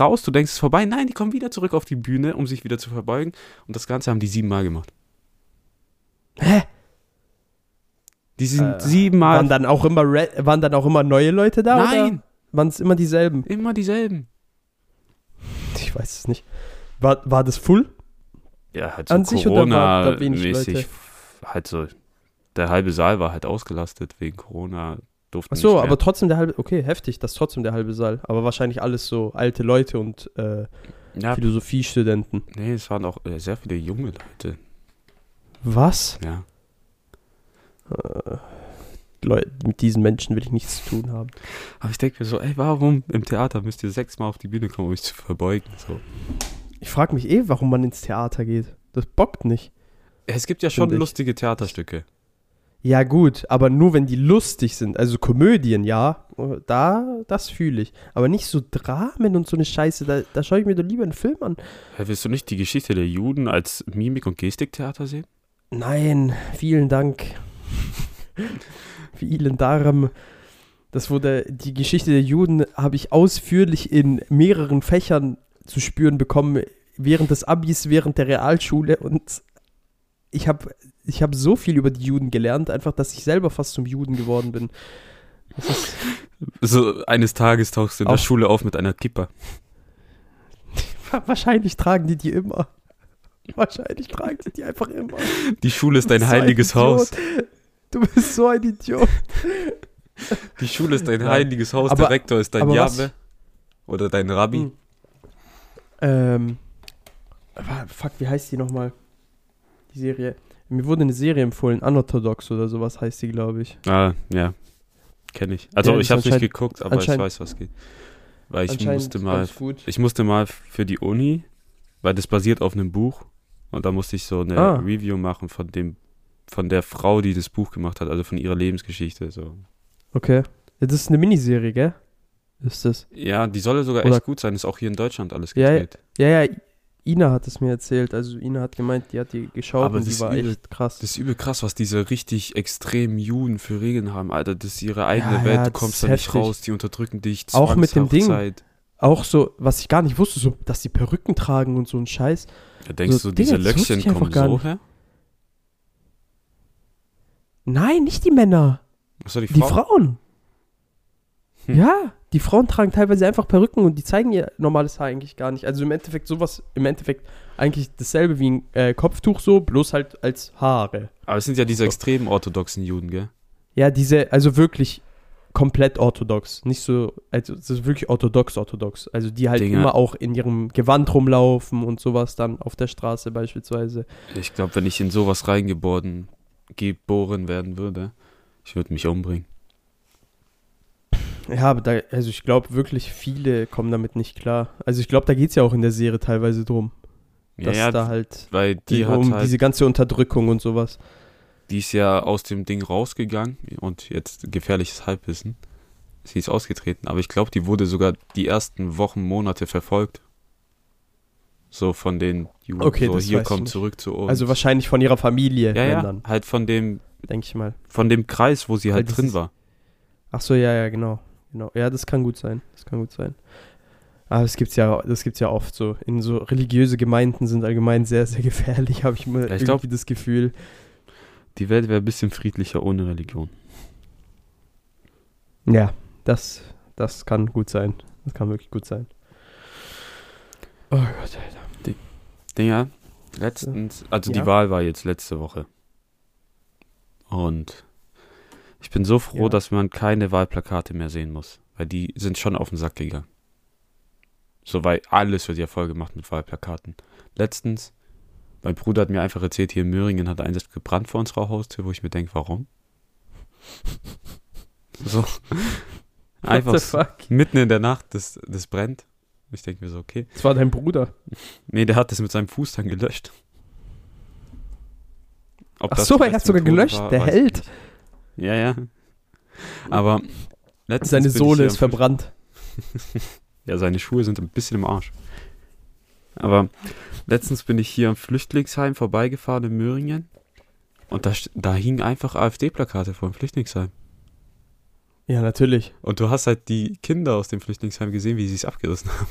D: Raus, du denkst, es ist vorbei. Nein, die kommen wieder zurück auf die Bühne, um sich wieder zu verbeugen. Und das Ganze haben die siebenmal gemacht.
C: Hä?
D: Die sind
C: Äh,
D: siebenmal.
C: Waren dann, auch immer re- waren dann auch immer neue Leute da?
D: Ah. Nein,
C: Waren es immer dieselben?
D: immer dieselben.
C: Ich weiß es nicht. War, war das full?
D: Ja, halt
C: An
D: so
C: sich oder war da wenig Leute?
D: Corona-mäßig. f- Halt so, der halbe Saal war halt ausgelastet wegen Corona. Durften
C: Ach so,
D: nicht mehr.
C: aber trotzdem der halbe. Okay, heftig, das ist trotzdem der halbe Saal. Aber wahrscheinlich alles so alte Leute und äh,
D: Ja,
C: Philosophiestudenten.
D: nee, es waren auch äh, sehr viele junge Leute.
C: Was?
D: Ja.
C: Äh, Leu mit diesen Menschen will ich nichts zu tun haben.
D: Aber ich denke mir so, ey, warum im Theater müsst ihr sechsmal auf die Bühne kommen, um euch zu verbeugen? So.
C: Ich frage mich eh, warum man ins Theater geht. Das bockt nicht.
D: Es gibt ja
C: schon
D: schon lustige Theaterstücke.
C: Ja, gut, aber nur wenn die lustig sind. Also Komödien, ja, da, das fühle ich. Aber nicht so Dramen und so eine Scheiße. Da, da schaue ich mir doch lieber einen Film an.
D: Hä, willst du nicht die Geschichte der Juden als Mimik- und Gestiktheater sehen?
C: Nein, vielen Dank. vielen Dank. Das wurde, die Geschichte der Juden habe ich ausführlich in mehreren Fächern zu spüren bekommen, während des Abis, während der Realschule und ich habe ich hab so viel über die Juden gelernt, einfach, dass ich selber fast zum Juden geworden bin. Das ist,
D: So, eines Tages tauchst du in
C: Auch-
D: der Schule auf mit einer Kippa.
C: Wahrscheinlich tragen die die immer. Wahrscheinlich tragen die die einfach immer.
D: Die Schule ist
C: So
D: dein
C: ein
D: heiliges
C: Idiot.
D: Haus.
C: Du bist so ein Idiot.
D: Die Schule ist dein
C: Nein.
D: heiliges Haus,
C: Aber-
D: der Rektor ist dein
C: aber was-
D: Jahwe. Oder dein Rabbi.
C: Hm. Ähm, wa- fuck, wie heißt die nochmal? Die Serie. Mir wurde eine Serie empfohlen, Unorthodox oder sowas heißt die, glaube ich.
D: Ah, ja. Kenne ich. Also
C: Ja,
D: ich
C: das
D: habe nicht
C: anscheinend-
D: geguckt, aber ich
C: anscheinend-
D: weiß, was geht. Weil ich
C: Anscheinend
D: musste mal,
C: ganz gut.
D: ich musste mal für die Uni Weil das basiert auf einem Buch und da musste ich so eine
C: Ah.
D: Review machen von dem, von der Frau, die das Buch gemacht hat, also von ihrer Lebensgeschichte. So.
C: Okay. Das ist eine Miniserie, gell? Ist das?
D: Ja, die soll sogar
C: Oder-
D: echt gut sein, ist auch hier in Deutschland alles
C: Ja, ja.
D: gedreht.
C: Ja, ja, Ina hat es mir erzählt. Also Ina hat gemeint, die hat die geschaut
D: Aber
C: und
D: das
C: die war
D: übel-
C: echt krass.
D: Das ist übel krass, was diese richtig extremen Juden für Regeln haben, Alter. Das ist ihre eigene
C: Ja,
D: Welt,
C: ja,
D: du
C: das
D: kommst
C: ist
D: da nicht
C: heftig.
D: raus, die unterdrücken dich.
C: Auch mit dem Ding.
D: Zwangshochzeit.
C: Auch so, was ich gar nicht wusste, so, dass die Perücken tragen und so ein Scheiß.
D: Da denkst
C: So,
D: du, diese
C: Digga, das wusste
D: Löckchen
C: ich einfach
D: kommen
C: gar
D: so
C: nicht.
D: her?
C: Nein, nicht die Männer,
D: Achso, die Frau?
C: die Frauen.
D: Hm.
C: Ja, die Frauen tragen teilweise einfach Perücken und die zeigen ihr normales Haar eigentlich gar nicht. Also im Endeffekt sowas, im Endeffekt eigentlich dasselbe wie ein äh, Kopftuch so, bloß halt als Haare.
D: Aber es sind ja diese
C: So.
D: extrem orthodoxen Juden, gell?
C: Ja, diese, also wirklich komplett orthodox. Nicht so, also das ist wirklich orthodox-orthodox. Also die halt
D: Dinger.
C: immer auch in ihrem Gewand rumlaufen und sowas dann auf der Straße beispielsweise.
D: Ich glaube, wenn ich in sowas reingeboren geboren werden würde, ich würde mich umbringen.
C: Ja, aber da, also ich glaube wirklich viele kommen damit nicht klar. Also ich glaube, da geht es ja auch in der Serie teilweise drum,
D: Ja,
C: dass
D: ja
C: da halt
D: weil die hat
C: um
D: halt,
C: diese ganze Unterdrückung und sowas.
D: die ist ja aus dem Ding rausgegangen und jetzt gefährliches Halbwissen. Sie ist ausgetreten, aber ich glaube, die wurde sogar die ersten Wochen, Monate verfolgt. So von den Juden,
C: Okay,
D: so
C: das
D: hier
C: weiß ich
D: komm
C: nicht.
D: zurück zu uns.
C: Also wahrscheinlich von ihrer Familie,
D: ja,
C: wenn
D: ja,
C: dann,
D: halt von dem
C: denke ich mal.
D: von dem Kreis, wo sie
C: Weil
D: halt
C: das
D: drin
C: ist-
D: war.
C: Ach so, ja, ja, genau. genau. Ja, das kann gut sein. Das kann gut sein. Aber das gibt's ja, das gibt's ja oft so. In so religiöse Gemeinden sind allgemein sehr, sehr gefährlich, habe ich immer
D: Ja, ich
C: irgendwie
D: glaub-
C: das Gefühl.
D: Die Welt wäre ein bisschen friedlicher ohne Religion.
C: Ja, das, das kann gut sein. Das kann wirklich gut sein. Oh Gott, Alter.
D: Digga, letztens, also
C: Ja.
D: die Wahl war jetzt letzte Woche. Und ich bin so froh,
C: Ja.
D: dass man keine Wahlplakate mehr sehen muss, weil die sind schon auf den Sack gegangen. So, weil alles wird ja voll gemacht mit Wahlplakaten. Letztens, mein Bruder hat mir einfach erzählt, hier in Möhringen hat ein Einsatz gebrannt vor unserer Haustür, wo ich mir denke, warum? so. Einfach
C: What the
D: so,
C: fuck?
D: mitten in der Nacht, das, das brennt. Ich denke mir so, okay.
C: Das war dein Bruder.
D: Nee, der hat das mit seinem Fuß dann gelöscht. Ob
C: Ach
D: das
C: so, er
D: vielleicht
C: hat's sogar
D: Methode
C: gelöscht, der
D: weiß ich
C: Held.
D: nicht. Ja, ja. Aber letztens bin
C: Seine
D: ich
C: Sohle
D: hier
C: ist
D: am-
C: verbrannt.
D: Ja, seine Schuhe sind ein bisschen im Arsch. Aber letztens bin ich hier am Flüchtlingsheim vorbeigefahren in Möhringen. Und da, st- da hingen einfach AfD-Plakate vor dem Flüchtlingsheim.
C: Ja, natürlich.
D: Und du hast halt die Kinder aus dem Flüchtlingsheim gesehen, wie sie es abgerissen haben.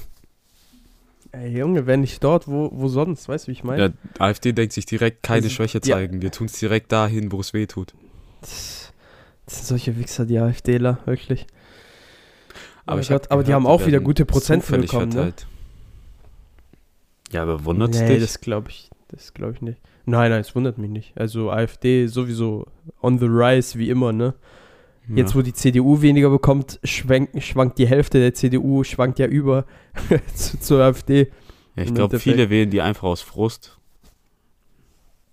C: Ey, Junge, wenn nicht dort, wo, wo sonst? Weißt du, wie ich meine?
D: Ja, AfD denkt sich direkt, keine
C: Also,
D: Schwäche
C: ja.
D: zeigen. Wir tun es direkt dahin, wo es weh tut.
C: Das, das sind solche Wichser, die AfDler, wirklich.
D: Aber,
C: Oh
D: ich
C: Gott,
D: hab
C: aber die
D: gehört,
C: haben auch wieder
D: werden
C: gute Prozente
D: zufällig
C: bekommen, ne?
D: Ja, aber wundert
C: nee,
D: dich?
C: das glaube ich, das glaube ich nicht. Nein, nein, es wundert mich nicht. Also AfD sowieso on the rise wie immer, ne? Jetzt
D: ja.
C: wo die CDU weniger bekommt, schwenk, schwankt die Hälfte der CDU, schwankt ja über zu, zur AfD.
D: ja, ich
C: im
D: glaube,
C: Endeffekt-
D: viele wählen die einfach aus Frust.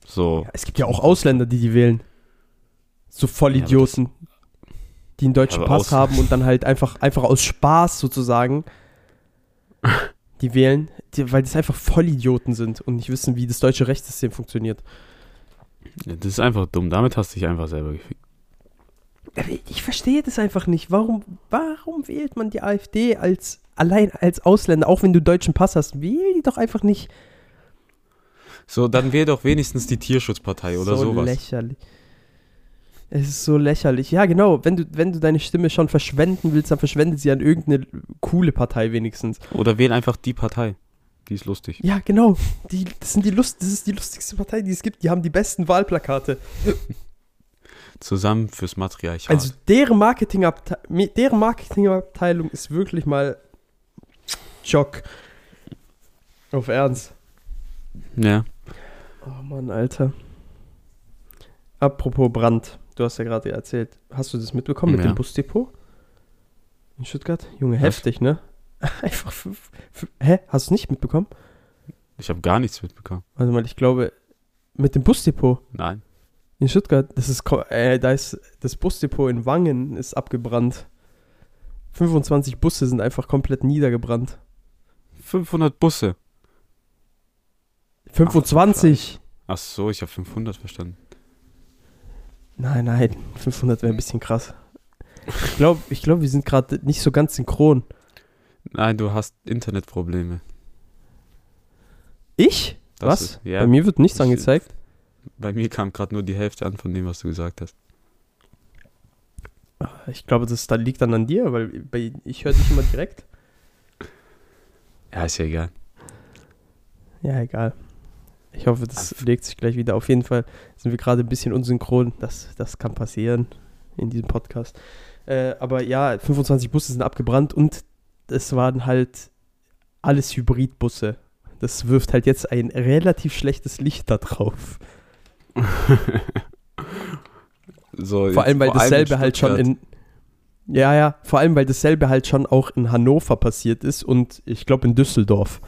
D: So,
C: Ja, es gibt ja auch Ausländer, die die wählen. So Vollidioten, die einen deutschen
D: Aber
C: Pass
D: Aus-
C: haben und dann halt einfach einfach aus Spaß sozusagen die wählen, die, weil das einfach Vollidioten sind und nicht wissen, wie das deutsche Rechtssystem funktioniert.
D: ja, das ist einfach dumm. Damit hast du dich einfach selber gefickt.
C: Aber Ich verstehe das einfach nicht. Warum, warum wählt man die AfD als allein als Ausländer, auch wenn du deutschen Pass hast? Wähl die doch einfach nicht
D: So, dann wähl doch wenigstens die Tierschutzpartei oder
C: so
D: sowas.
C: lächerlich. Es ist so lächerlich. Ja, genau. Wenn du, wenn du deine Stimme schon verschwenden willst, dann verschwende sie an irgendeine coole Partei wenigstens.
D: Oder wähl einfach die Partei. Die ist lustig.
C: Ja, genau. Die, das, sind die Lust, das ist die lustigste Partei, die es gibt. Die haben die besten Wahlplakate.
D: Zusammen fürs Matriarchat.
C: Also deren, Marketingabte mi- deren Marketingabteilung ist wirklich mal Jock. Auf Ernst.
D: ja.
C: Oh Mann, Alter. Apropos Brand, du hast ja gerade erzählt. Hast du das mitbekommen mit
D: Ja.
C: dem Busdepot? In Stuttgart? Junge,
D: Was?
C: heftig, ne? Einfach. Für, für, hä? Hast du es nicht mitbekommen?
D: Ich habe gar nichts mitbekommen.
C: Warte mal, ich glaube, mit dem Busdepot
D: Nein.
C: in Stuttgart, das ist. ko- Äh, da ist das Busdepot in Wangen ist abgebrannt. 25 Busse sind einfach komplett niedergebrannt.
D: 500 Busse.
C: 25.
D: Ach so, ich habe 500 verstanden.
C: Nein, nein, 500 wäre ein bisschen krass. Ich glaube, ich glaub, wir sind gerade nicht so ganz synchron.
D: Nein, du hast Internetprobleme.
C: Ich?
D: Das
C: was?
D: ist- ja.
C: Bei mir wird nichts
D: Das-
C: angezeigt.
D: Bei mir kam gerade nur die Hälfte an von dem, was du gesagt hast.
C: Ich glaube, das da liegt dann an dir, weil bei, ich höre dich immer direkt.
D: Ja, ist ja egal.
C: Ja, egal. Ich hoffe, das legt sich gleich wieder. Auf jeden Fall sind wir gerade ein bisschen unsynchron. Das, das kann passieren in diesem Podcast. Äh, aber ja, 25 Busse sind abgebrannt und es waren halt alles Hybridbusse. Das wirft halt jetzt ein relativ schlechtes Licht da drauf.
D: So,
C: Vor
D: jetzt-
C: allem, weil dasselbe
D: in
C: halt schon
D: Stuttgart.
C: in. Ja, ja, vor allem, weil dasselbe halt schon auch in Hannover passiert ist und ich glaube in Düsseldorf.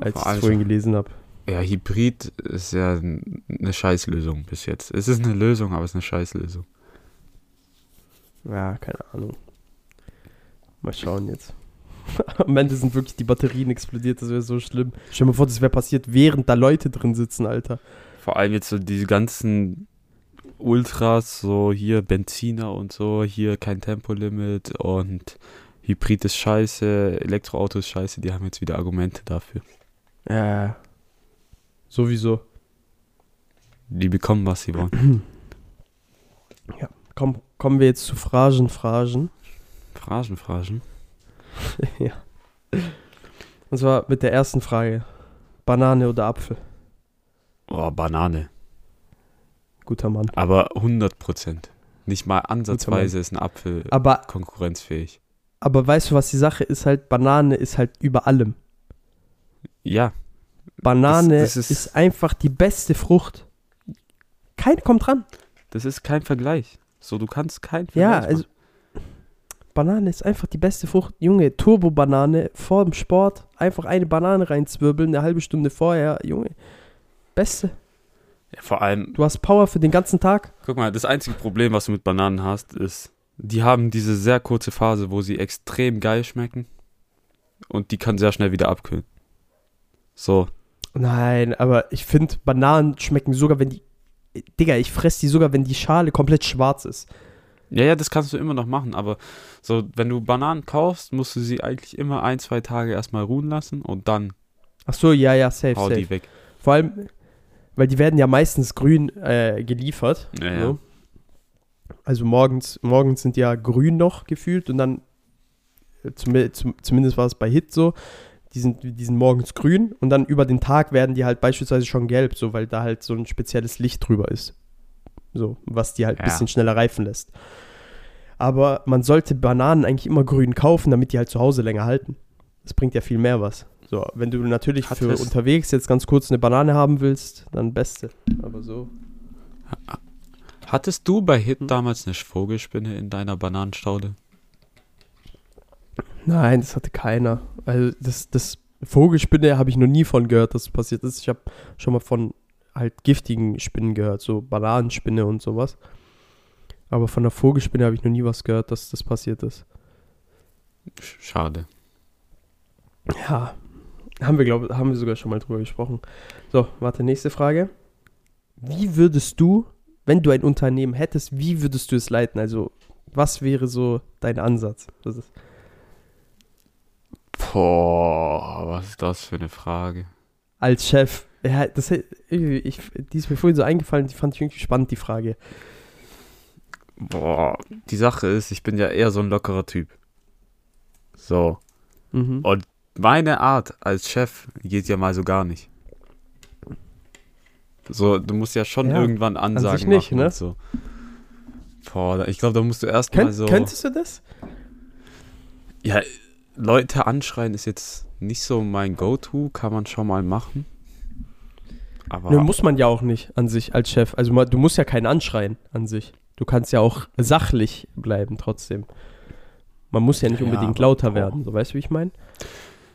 C: Als
D: Vor
C: ich
D: allem-
C: es vorhin gelesen habe.
D: Ja, Hybrid ist ja n- eine Scheißlösung bis jetzt. Es ist eine Lösung, aber es ist eine Scheißlösung.
C: Ja, keine Ahnung. Mal schauen jetzt. Am Ende sind wirklich die Batterien explodiert, das wäre so schlimm. Stell dir mal vor, das wäre passiert, während da Leute drin sitzen, Alter.
D: Vor allem jetzt so diese ganzen Ultras, so hier Benziner und so, hier kein Tempolimit und Hybrid ist scheiße, Elektroauto ist scheiße, die haben jetzt wieder Argumente dafür.
C: Ja. Sowieso.
D: Die bekommen, was sie wollen.
C: Komm, kommen wir jetzt zu Phrasen, Phrasen.
D: Phrasen, Phrasen.
C: ja. Und zwar mit der ersten Frage. Banane oder Apfel?
D: Oh, Banane.
C: Guter Mann.
D: Aber 100 Prozent. Nicht mal ansatzweise ist ein Apfel
C: Aber,
D: konkurrenzfähig.
C: aber weißt du, was die Sache ist? Halt, Banane ist halt über allem.
D: Ja,
C: Banane
D: Das- das ist-
C: ist, einfach die beste Frucht. Kein kommt dran.
D: das ist kein Vergleich. So, du kannst kein
C: Ja,
D: Vergleich
C: also Banane ist einfach die beste Frucht. Junge, Turbo-Banane vor dem Sport, einfach eine Banane reinzwirbeln, eine halbe Stunde vorher. Junge, beste.
D: Ja, vor allem,
C: Du hast Power für den ganzen Tag.
D: guck mal, das einzige Problem, was du mit Bananen hast, ist, die haben diese sehr kurze Phase, wo sie extrem geil schmecken und die kann sehr schnell wieder abkühlen. So,
C: Nein, aber ich finde, Bananen schmecken sogar, wenn die. Digga, ich fress die sogar, wenn die Schale komplett schwarz ist.
D: ja, ja, das kannst du immer noch machen, aber so, wenn du Bananen kaufst, musst du sie eigentlich immer ein, zwei Tage erstmal ruhen lassen und dann
C: Ach so, ja, ja, safe,
D: hau
C: safe.
D: die weg.
C: Vor allem, weil die werden ja meistens grün äh, geliefert.
D: Ja, ja.
C: So. Ne? Also morgens, morgens sind die ja grün noch gefühlt und dann, äh, zum, zum, zumindest war es bei Hit so, die sind, die sind morgens grün und dann über den Tag werden die halt beispielsweise schon gelb, so weil da halt so ein spezielles Licht drüber ist. So, was die halt ein
D: Ja.
C: bisschen schneller reifen lässt. Aber man sollte Bananen eigentlich immer grün kaufen, damit die halt zu Hause länger halten. Das bringt ja viel mehr was. So, wenn du natürlich
D: Hat
C: für
D: es-
C: unterwegs jetzt ganz kurz eine Banane haben willst, dann beste. Aber so.
D: Hattest du bei
C: Hm.
D: Hit damals eine Vogelspinne in deiner Bananenstaude?
C: Nein, das hatte keiner. Also das, das Vogelspinne habe ich noch nie von gehört, dass es passiert ist. Ich habe schon mal von halt giftigen Spinnen gehört, so Bananenspinne und sowas. Aber von der Vogelspinne habe ich noch nie was gehört, dass das passiert ist.
D: Sch- Schade.
C: Ja, haben wir glaube haben wir sogar schon mal drüber gesprochen. So, warte, nächste Frage. Wie würdest du, wenn du ein Unternehmen hättest, wie würdest du es leiten? Also, was wäre so dein Ansatz? Das ist
D: Boah, was ist das für eine Frage?
C: als Chef. Ja, das, ich, die ist mir vorhin so eingefallen, die fand ich irgendwie spannend, die Frage.
D: Boah, die Sache ist, ich bin ja eher so ein lockerer Typ. So,
C: Mhm.
D: Oh. meine Art als Chef geht ja mal so gar nicht. So, du musst ja schon
C: Ja,
D: irgendwann Ansagen
C: sich nicht,
D: machen
C: ne?
D: und so. Boah, ich glaube, da musst du erstmal
C: Könnt,
D: so
C: Könntest du das?
D: Ja, Leute anschreien ist jetzt nicht so mein Go-To, kann man schon mal machen. Aber
C: Nö, muss man ja auch nicht an sich als Chef. Also ma- du musst ja keinen anschreien an sich. Du kannst ja auch sachlich bleiben trotzdem. Man muss ja nicht
D: Ja,
C: unbedingt
D: aber-
C: lauter werden. So, weißt du, wie ich meine?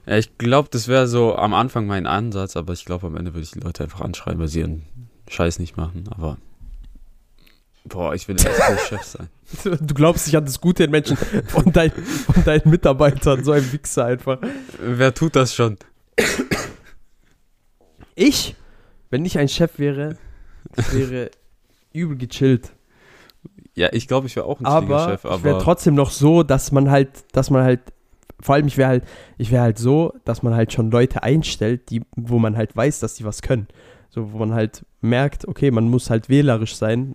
D: Ja, ich glaube, das wäre so am Anfang mein Ansatz, aber ich glaube, am Ende würde ich die Leute einfach anschreien, weil sie ihren Scheiß nicht machen. Aber boah, ich will echt kein Chef sein.
C: Du glaubst nicht an das Gute in Menschen und, dein, und deinen Mitarbeitern. So ein Wichser einfach.
D: Wer tut das schon?
C: Ich, wenn ich ein Chef wäre, ich wäre übel gechillt.
D: Ja, ich glaube, ich wäre auch ein
C: Aber,
D: Chef,
C: ich wäre
D: aber
C: trotzdem noch so, dass man halt, dass man halt, vor allem ich wäre halt, ich wäre halt so, dass man halt schon Leute einstellt, die, wo man halt weiß, dass die was können. So, wo man halt merkt, okay, man muss halt wählerisch sein,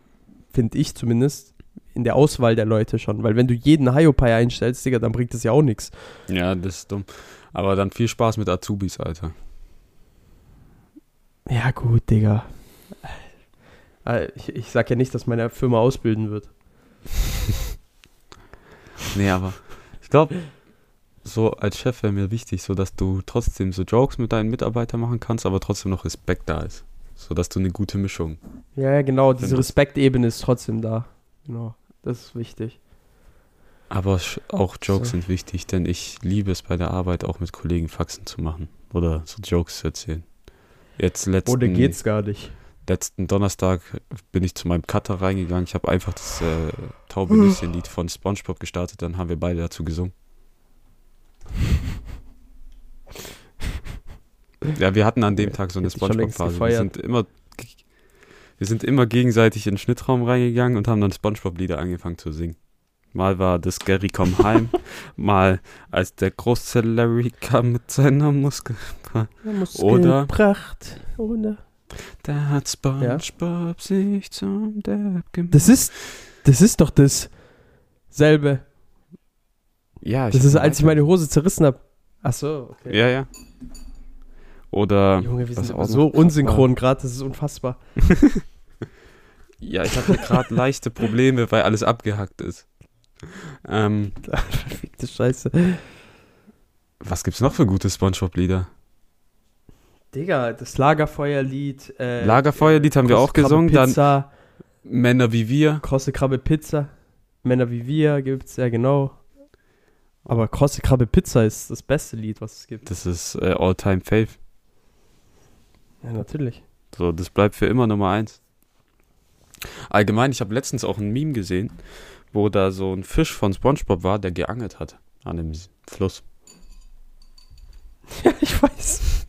C: finde ich zumindest, in der Auswahl der Leute schon. Weil wenn du jeden Hiopai einstellst, Digga, dann bringt das ja auch nichts.
D: ja, das ist dumm. Aber dann viel Spaß mit Azubis, Alter.
C: Ja, gut, Digga. Äh, Ich, ich sag ja nicht, dass meine Firma ausbilden wird.
D: Nee, aber ich glaube, so als Chef wäre mir wichtig, so dass du trotzdem so Jokes mit deinen Mitarbeitern machen kannst, aber trotzdem noch Respekt da ist. So dass du eine gute Mischung.
C: Ja, ja, genau,
D: Stimmt.
C: diese Respektebene ist trotzdem da. Genau, das ist wichtig.
D: Aber sch- auch Jokes
C: So.
D: sind wichtig, denn ich liebe es bei der Arbeit auch mit Kollegen Faxen zu machen oder so Jokes zu erzählen. Jetzt letzten,
C: Ohne geht's gar nicht.
D: letzten Donnerstag bin ich zu meinem Cutter reingegangen. Ich habe einfach das äh, Taubelüschen-Lied von SpongeBob gestartet, dann haben wir beide dazu gesungen. Ja, wir hatten an dem Tag so eine
C: Hätte ich schon längst
D: SpongeBob-Phase. Wir
C: gefeiert.
D: sind immer ge- wir sind immer gegenseitig in den Schnittraum reingegangen und haben dann SpongeBob-Lieder angefangen zu singen. Mal war das Gary komm heim, mal als der große Larry kam mit seiner Muskel. Oder-
C: Pracht. Ohne.
D: Da hat SpongeBob sich zum Depp gemacht.
C: Das ist, das ist doch dasselbe.
D: ja,
C: Das
D: hab
C: ist,
D: gemeint,
C: als ich meine Hose zerrissen habe. Ach so, okay.
D: Ja, ja. Oder,
C: Junge, wir
D: Was
C: sind
D: auch
C: immer so
D: noch krass
C: unsynchron gerade, das ist unfassbar.
D: ja, ich hatte gerade leichte Probleme, weil alles abgehackt ist. Ähm,
C: Verfickte Scheiße.
D: was gibt's noch für gute Spongebob-Lieder?
C: Digga, das Lagerfeuerlied. Äh,
D: Lagerfeuerlied haben wir
C: Große
D: auch gesungen,
C: Krabbe
D: dann
C: Pizza.
D: Männer wie wir.
C: Krosse Krabbe Pizza. Männer wie wir gibt's, ja genau. Aber Krosse Krabbe Pizza ist das beste Lied, was es gibt.
D: Das ist äh, All-Time-Fave.
C: Ja, natürlich.
D: So, das bleibt für immer Nummer eins. Allgemein, ich habe letztens auch ein Meme gesehen, wo da so ein Fisch von SpongeBob war, der geangelt hat an dem S- Fluss.
C: Ja, ich weiß.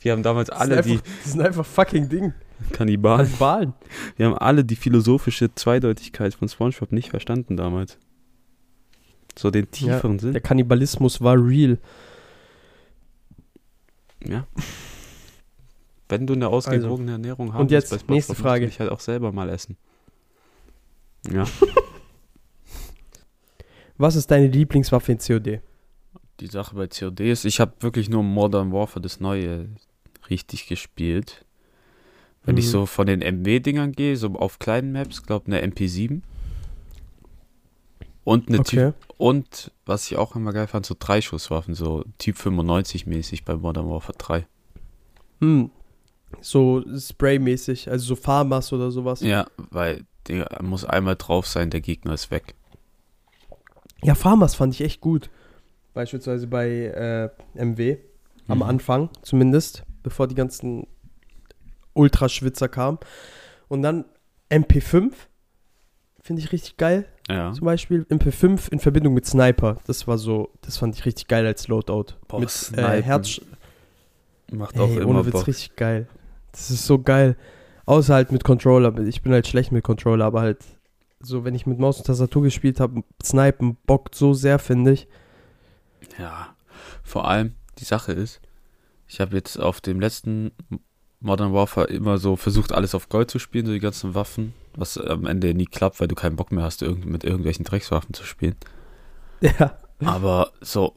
D: Wir haben damals alle
C: das sind
D: die
C: einfach, Das sind einfach fucking Ding.
D: Kannibalen,
C: Kannibalen.
D: wir haben alle die philosophische Zweideutigkeit von SpongeBob nicht verstanden damals. So den tieferen Sinn.
C: Der Kannibalismus war real.
D: Ja. Wenn du eine ausgewogene Ernährung haben
C: Also. Und jetzt
D: willst bei
C: nächste
D: SpongeBob, musst
C: Frage.
D: du dich halt auch selber mal essen. Ja,
C: Was ist deine Lieblingswaffe in COD?
D: Die Sache bei COD ist, ich habe wirklich nur Modern Warfare das Neue richtig gespielt. Wenn ich
C: Mhm.
D: so von den MW-Dingern gehe, so auf kleinen Maps, glaube eine MP7. Und eine
C: Okay.
D: Typ, und was ich auch immer geil fand, so Dreischusswaffen, so Typ 95 mäßig bei Modern Warfare 3.
C: Hm. So spraymäßig, also so Farmers oder sowas.
D: Ja, weil der muss einmal drauf sein, der Gegner ist weg.
C: Ja, Farmers fand ich echt gut. Beispielsweise bei äh, MW. Am
D: Mhm.
C: Anfang zumindest, bevor die ganzen Ultraschwitzer kamen. Und dann MP5 finde ich richtig geil.
D: Ja.
C: Zum Beispiel MP5 in Verbindung mit Sniper. Das war so, das fand ich richtig geil als Loadout.
D: Boah,
C: mit äh,
D: Snipen
C: Herz.
D: Macht auch
C: Ey,
D: immer
C: ohne Witz
D: Bock.
C: richtig geil. Das ist so geil. Außer halt mit Controller. Ich bin halt schlecht mit Controller, aber halt so, wenn ich mit Maus und Tastatur gespielt habe, Snipen bockt so sehr, finde ich.
D: Ja, vor allem die Sache ist, ich habe jetzt auf dem letzten Modern Warfare immer so versucht, alles auf Gold zu spielen, so die ganzen Waffen, was am Ende nie klappt, weil du keinen Bock mehr hast, irgend mit irgendwelchen Dreckswaffen zu spielen.
C: Ja.
D: Aber so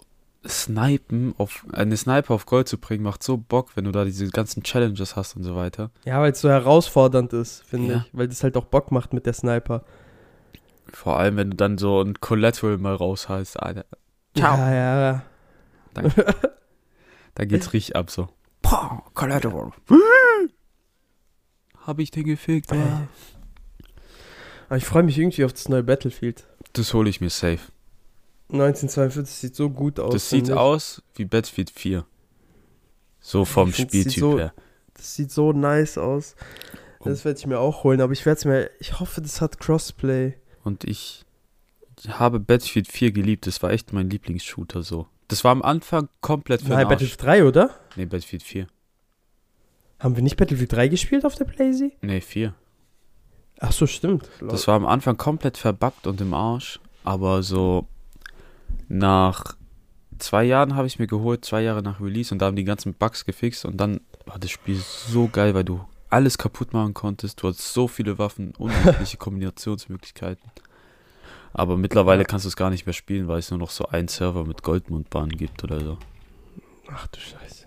D: Snipen auf eine Sniper auf Gold zu bringen, macht so Bock, wenn du da diese ganzen Challenges hast und so weiter.
C: Ja, weil es so herausfordernd ist, finde
D: Ja.
C: ich. Weil das halt auch Bock macht mit der Sniper.
D: Vor allem, wenn du dann so ein Collateral mal raushalst, Alter, Ciao.
C: Ja, ja, ja.
D: da geht's richtig ab so. Pow, Collateral. Hab ich den gefickt?
C: Ey. Aber ich freue mich irgendwie auf das neue Battlefield.
D: Das hole ich mir safe.
C: 1942 sieht so gut aus.
D: Das sieht
C: finde ich.
D: aus wie Battlefield 4. So vom
C: Ich find's sieht
D: Spieltyp
C: so-
D: her.
C: Das sieht so nice aus.
D: Oh.
C: Das werde ich mir auch holen, aber ich werde es mir. Ich hoffe, das hat Crossplay.
D: Und ich habe Battlefield 4 geliebt. Das war echt mein Lieblingsshooter so. Das war am Anfang komplett für
C: Nein,
D: den Arsch.
C: Battlefield 3, oder?
D: Nee, Battlefield 4.
C: Haben wir nicht Battlefield 3 gespielt auf der Playsee?
D: Nee, vier.
C: Ach so, stimmt.
D: Das war am Anfang komplett verbuggt und im Arsch. Aber so nach zwei Jahren habe ich es mir geholt, zwei Jahre nach Release und da haben die ganzen Bugs gefixt und dann war das Spiel so geil, weil du alles kaputt machen konntest. Du hattest so viele Waffen, unendliche Kombinationsmöglichkeiten. Aber mittlerweile kannst du es gar nicht mehr spielen, weil es nur noch so einen Server mit Goldmundbahnen gibt oder so.
C: Ach du Scheiße.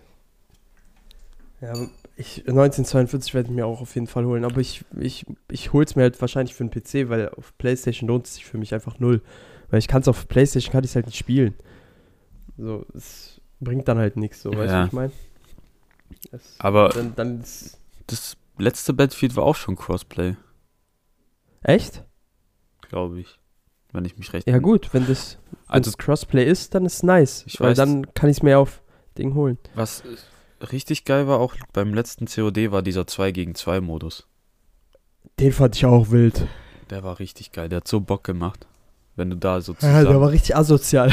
C: Ja, ich, 1942 werde ich mir auch auf jeden Fall holen, aber ich, ich, ich hole es mir halt wahrscheinlich für den PC, weil auf Playstation lohnt es sich für mich einfach null. Weil ich kann es auf Playstation, kann ich es halt nicht spielen. So, es bringt dann halt nichts, so, weißt du,
D: Ja.
C: was ich meine?
D: Aber-
C: Dann, dann ist,
D: Das letzte Battlefield war auch schon Crossplay,
C: echt?
D: glaube ich. Wenn ich mich recht
C: Ja gut, wenn das, wenn
D: Also
C: das Crossplay ist, dann ist nice.
D: Ich
C: weil
D: weiß-
C: dann kann ich es mir auf Ding holen.
D: Was richtig geil war auch beim letzten COD war dieser 2 gegen 2 Modus.
C: Den fand ich auch wild.
D: Der war richtig geil, der hat so Bock gemacht. Wenn du da so zusammen,
C: Ja, der war richtig asozial.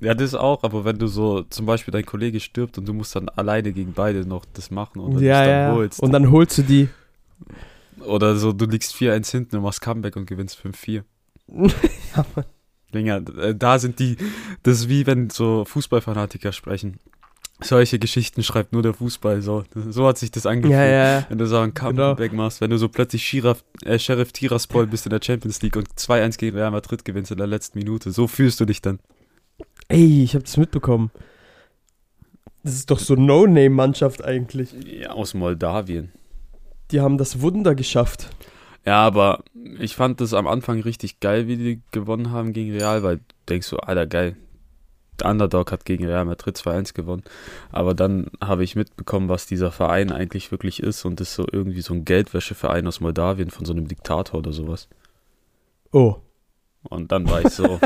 D: Ja, das auch, aber wenn du so zum Beispiel dein Kollege stirbt und du musst dann alleine gegen beide noch das machen oder
C: ja,
D: dich dann
C: ja.
D: holst.
C: Und dann holst du die.
D: oder so, du liegst 4-1 hinten und machst Comeback und gewinnst 5-4.
C: Ja, Mann.
D: Dinger, äh, da sind die, das ist wie wenn so Fußballfanatiker sprechen. Solche Geschichten schreibt nur der Fußball, so. So hat sich das angefühlt.
C: ja, ja.
D: Wenn du so ein
C: Genau.
D: Comeback machst, wenn du so plötzlich Shiraf, äh, Sheriff Tiraspol bist in der Champions League und 2-1 gegen Real Madrid gewinnst in der letzten Minute, so fühlst du dich dann.
C: Ey, ich hab's mitbekommen. Das ist doch so No-Name-Mannschaft eigentlich.
D: Ja, aus Moldawien.
C: Die haben das Wunder geschafft.
D: Ja, aber ich fand das am Anfang richtig geil, wie die gewonnen haben gegen Real, weil du denkst du, Alter, geil. Der Underdog hat gegen Real Madrid 2-1 gewonnen. Aber dann habe ich mitbekommen, was dieser Verein eigentlich wirklich ist und ist so irgendwie so ein Geldwäscheverein aus Moldawien von so einem Diktator oder sowas.
C: Oh.
D: Und dann war ich so,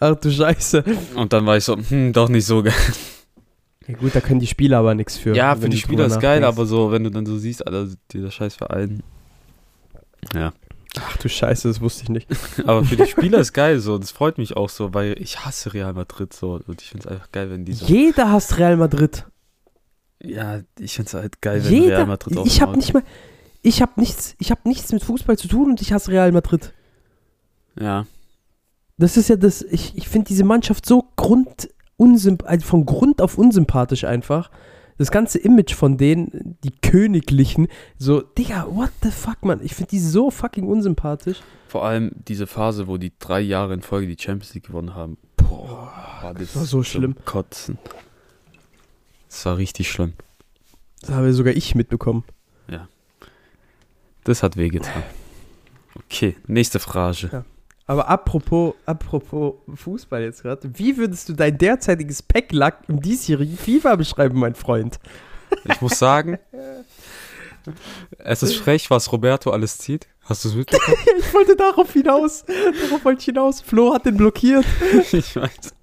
C: Ach du Scheiße.
D: und dann war ich so, hm, doch nicht so geil.
C: Ja, gut, da können die Spieler aber nichts für.
D: Ja,
C: wenn
D: für die
C: du
D: Spieler
C: drüber
D: ist geil,
C: nachdenkst.
D: aber so, wenn du dann so siehst, Alter, dieser scheiß Verein.
C: Ach du Scheiße, das wusste ich nicht.
D: Aber für die Spieler ist geil, so, das freut mich auch so, weil ich hasse Real Madrid so und ich find's einfach geil, wenn die so.
C: Jeder hasst Real Madrid.
D: Ja, ich find's halt geil, wenn
C: Jeder.
D: Real Madrid auf
C: ich
D: dem
C: hab
D: Markt-
C: nicht mal. Ich hab nichts, ich hab nichts mit Fußball zu tun und ich hasse Real Madrid.
D: Ja,
C: Das ist ja das, ich, ich finde diese Mannschaft so grund, unsymp also von Grund auf unsympathisch einfach. Das ganze Image von denen, die Königlichen, so, Digga, what the fuck, Mann? Ich finde die so fucking unsympathisch.
D: vor allem diese Phase, wo die drei Jahre in Folge die Champions League gewonnen haben. Boah, war das,
C: war so
D: zum
C: schlimm.
D: Kotzen. Das war richtig schlimm.
C: Das habe sogar ich mitbekommen.
D: Das hat wehgetan. Okay, nächste Frage.
C: Aber apropos, apropos Fußball jetzt gerade, wie würdest du dein derzeitiges Packlack im diesjährigen FIFA beschreiben, mein Freund?
D: Ich muss sagen, es ist frech, was Roberto alles zieht. Hast du es mitbekommen?
C: Ich wollte darauf hinaus, darauf wollte ich hinaus. Flo hat den blockiert.
D: ich weiß.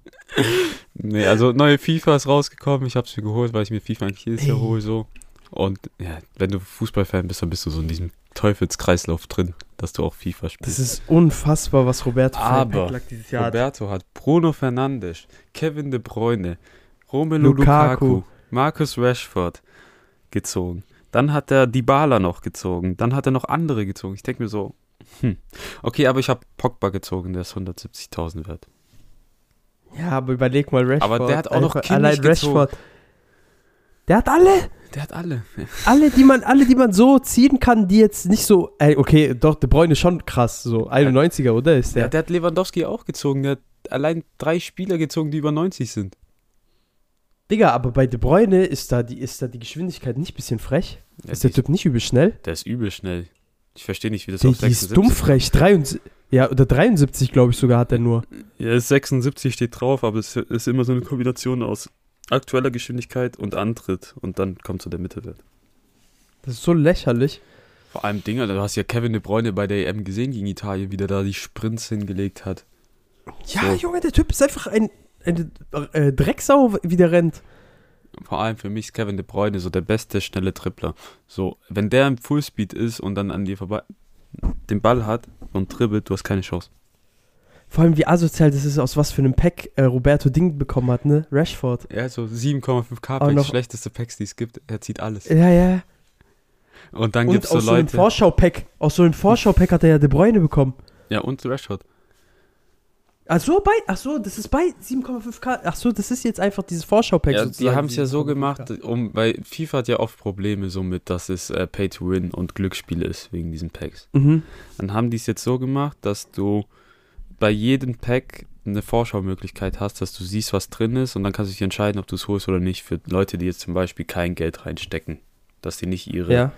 D: Nee, also neue FIFA ist rausgekommen. Ich habe es mir geholt, weil ich mir FIFA eigentlich jedes Jahr
C: Ey.
D: hole so. Und ja, wenn du Fußballfan bist, dann bist du so in diesem Teufelskreislauf drin, dass du auch FIFA
C: Das
D: spielst.
C: ist unfassbar, was Roberto für ein
D: Aber
C: Packlack dieses Jahr hat.
D: Roberto hat Bruno Fernandes, Kevin De Bruyne, Romelu Lukaku,
C: Lukaku.
D: Marcus Rashford gezogen. Dann hat er Dybala noch gezogen. Dann hat er noch andere gezogen. Ich denke mir so, hm. Okay, aber ich habe Pogba gezogen, der ist 170.000 wert.
C: Ja, aber überleg mal Rashford.
D: Aber der hat auch noch
C: Einfach
D: Kimmich
C: allein
D: gezogen.
C: Rashford. Der hat alle,
D: Der hat alle.
C: alle, die man, alle, die man so ziehen kann, die jetzt nicht so, ey, okay, doch, De Bruyne ist schon krass, so 91er, oder? Ist
D: Der,
C: der?
D: der hat Lewandowski auch gezogen. Der hat allein drei Spieler gezogen, die über 90 sind.
C: Digga, aber bei De Bruyne ist da die, ist da die Geschwindigkeit nicht ein bisschen frech? ist der Typ nicht übel schnell?
D: der ist übel schnell. Ich verstehe nicht, wie das
C: Der
D: auf
C: die ist
D: 76...
C: dumm frech, 73, ja, oder 73, glaube ich sogar, hat er nur.
D: Ja, ist 76 steht drauf, aber es ist immer so eine Kombination aus aktueller Geschwindigkeit und Antritt. Und dann kommt so der Mittelwert.
C: Das ist so lächerlich.
D: Vor allem Dinger, du hast ja Kevin De Bruyne bei der EM gesehen gegen Italien, wie der da die Sprints hingelegt hat.
C: Ja,
D: So.
C: Junge, der Typ ist einfach ein, eine äh, Drecksau, wie der rennt.
D: Vor allem für mich ist Kevin De Bruyne so der beste schnelle Tripler. So, wenn der im Fullspeed ist und dann an dir vorbei den Ball hat und dribbelt, du hast keine Chance.
C: Vor allem wie asozial das ist, aus was für einem Pack äh, Roberto Ding bekommen hat, ne? Rashford.
D: Ja, so
C: Auch
D: 7,5k
C: noch-
D: Packs, schlechteste Packs, die es gibt. Er zieht alles.
C: Ja, ja.
D: Und dann
C: Und
D: gibt's so
C: aus so einem
D: Leute.
C: Vorschau-Pack, aus so einem Vorschau-Pack hat er ja De Bruyne bekommen.
D: ja, und Rashford.
C: Ach so, bei, ach so, das ist bei 7,5k. Ach so, das ist jetzt einfach dieses Vorschau-Pack
D: Ja, die
C: sozusagen,
D: haben es ja so
C: 7,5K.
D: gemacht, um, weil FIFA hat ja oft Probleme so mit, dass es äh, Pay to Win und Glücksspiel ist wegen diesen Packs.
C: Mhm.
D: Dann haben die es jetzt so gemacht, dass du bei jedem Pack eine Vorschaumöglichkeit hast, dass du siehst, was drin ist und dann kannst du dich entscheiden, ob du es holst oder nicht. Für Leute, die jetzt zum Beispiel kein Geld reinstecken, dass die nicht ihre
C: Ja.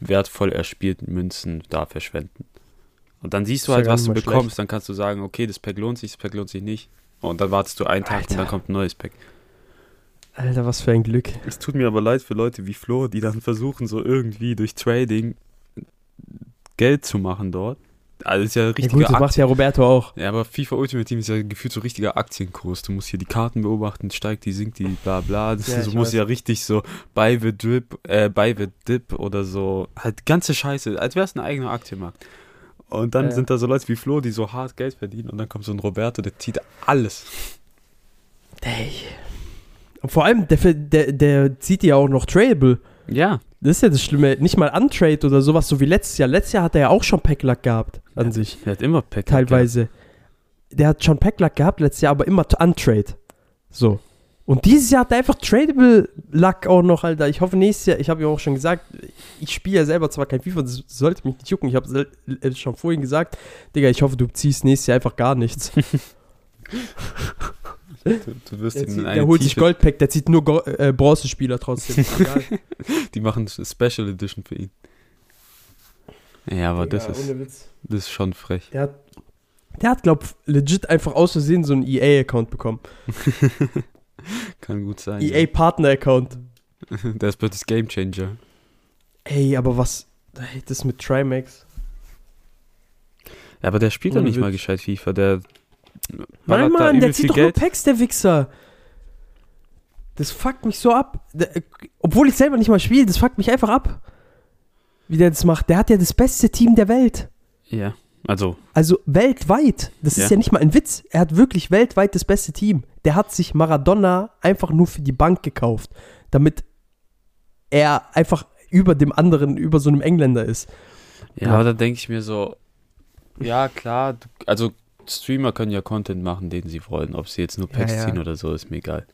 D: wertvoll erspielten Münzen da verschwenden. Und dann siehst du
C: Ist ja
D: halt,
C: gar
D: was
C: nicht
D: du
C: mal schlecht.
D: bekommst. Dann kannst du sagen, okay, das Pack lohnt sich, das Pack lohnt sich nicht. Und dann wartest du einen Tag
C: Alter.
D: und dann kommt ein neues Pack.
C: Alter, was für ein Glück.
D: Es tut mir aber leid für Leute wie Flo, die dann versuchen, so irgendwie durch Trading Geld zu machen dort. Also ist ja
C: Ja,
D: richtiger
C: gut, das macht ja Roberto auch.
D: Ja, aber FIFA Ultimate Team ist ja gefühlt so richtiger Aktienkurs. Du musst hier die Karten beobachten, steigt die, sinkt die, bla bla. Das
C: Ja,
D: ist,
C: ich
D: du musst
C: weiß.
D: ja richtig so buy the drip, äh, buy the dip oder so. Halt ganze Scheiße, als wäre es ein eigener Aktienmarkt. Und dann
C: Ja.
D: sind da so Leute wie Flo, die so hart Geld verdienen und dann kommt so ein Roberto, der zieht alles.
C: Ey. Und vor allem, der, der, der zieht ja auch noch Tradeable.
D: Ja.
C: Das ist ja das Schlimme. Nicht mal Untrade oder sowas, so wie letztes Jahr. Letztes Jahr hat er ja auch schon Packlack gehabt an
D: Ja.
C: sich,
D: Der hat immer Pack.
C: teilweise. Der hat schon Packlack gehabt letztes Jahr, aber immer t- Untrade. So. Und dieses Jahr hat er einfach Tradable Luck auch noch, Alter. Ich hoffe, nächstes Jahr, ich habe ja auch schon gesagt, ich spiele ja selber zwar kein FIFA, das sollte mich nicht jucken. Ich habe es schon vorhin gesagt, Digga, ich hoffe, du ziehst nächstes Jahr einfach gar nichts.
D: Du, du wirst
C: Der,
D: ihn in
C: zieht,
D: eine
C: der holt sich
D: Tiefe,
C: Goldpack, der zieht nur Go äh, Bronzespieler trotzdem. Egal.
D: Die machen Special Edition für ihn. Ja, aber das
C: Digga,
D: ist,
C: ohne Witz.
D: das ist schon frech.
C: Der hat, der hat glaub, legit einfach aus Versehen so einen EA-Account bekommen.
D: Kann gut sein.
C: E
D: ja.
C: EA-Partner-Account.
D: Der ist plötzlich Game Changer.
C: Ey, aber was. Ey, das mit Trimax.
D: Ja, aber der spielt doch
C: Ohne
D: nicht mal
C: Witz.
D: gescheit FIFA. Der
C: Mann,
D: ballert da
C: Mann, der
D: übel
C: zieht
D: viel
C: doch nur
D: Geld.
C: Packs, der Wichser. Das fuckt mich so ab. Der, äh, obwohl ich selber nicht mal spiele, das fuckt mich einfach ab. Wie der das macht. Der hat ja das beste Team der Welt.
D: Ja, also
C: Also weltweit, das
D: Ja.
C: ist ja nicht mal ein Witz. Er hat wirklich weltweit das beste Team. Der hat sich Maradona einfach nur für die Bank gekauft, damit er einfach über dem anderen, über so einem Engländer ist.
D: Ja,
C: Ja.
D: aber dann denke ich mir so, ja klar, du- also Streamer können ja Content machen, den sie wollen. Ob sie jetzt nur
C: Ja,
D: Packs
C: ja.
D: ziehen oder so, ist mir egal.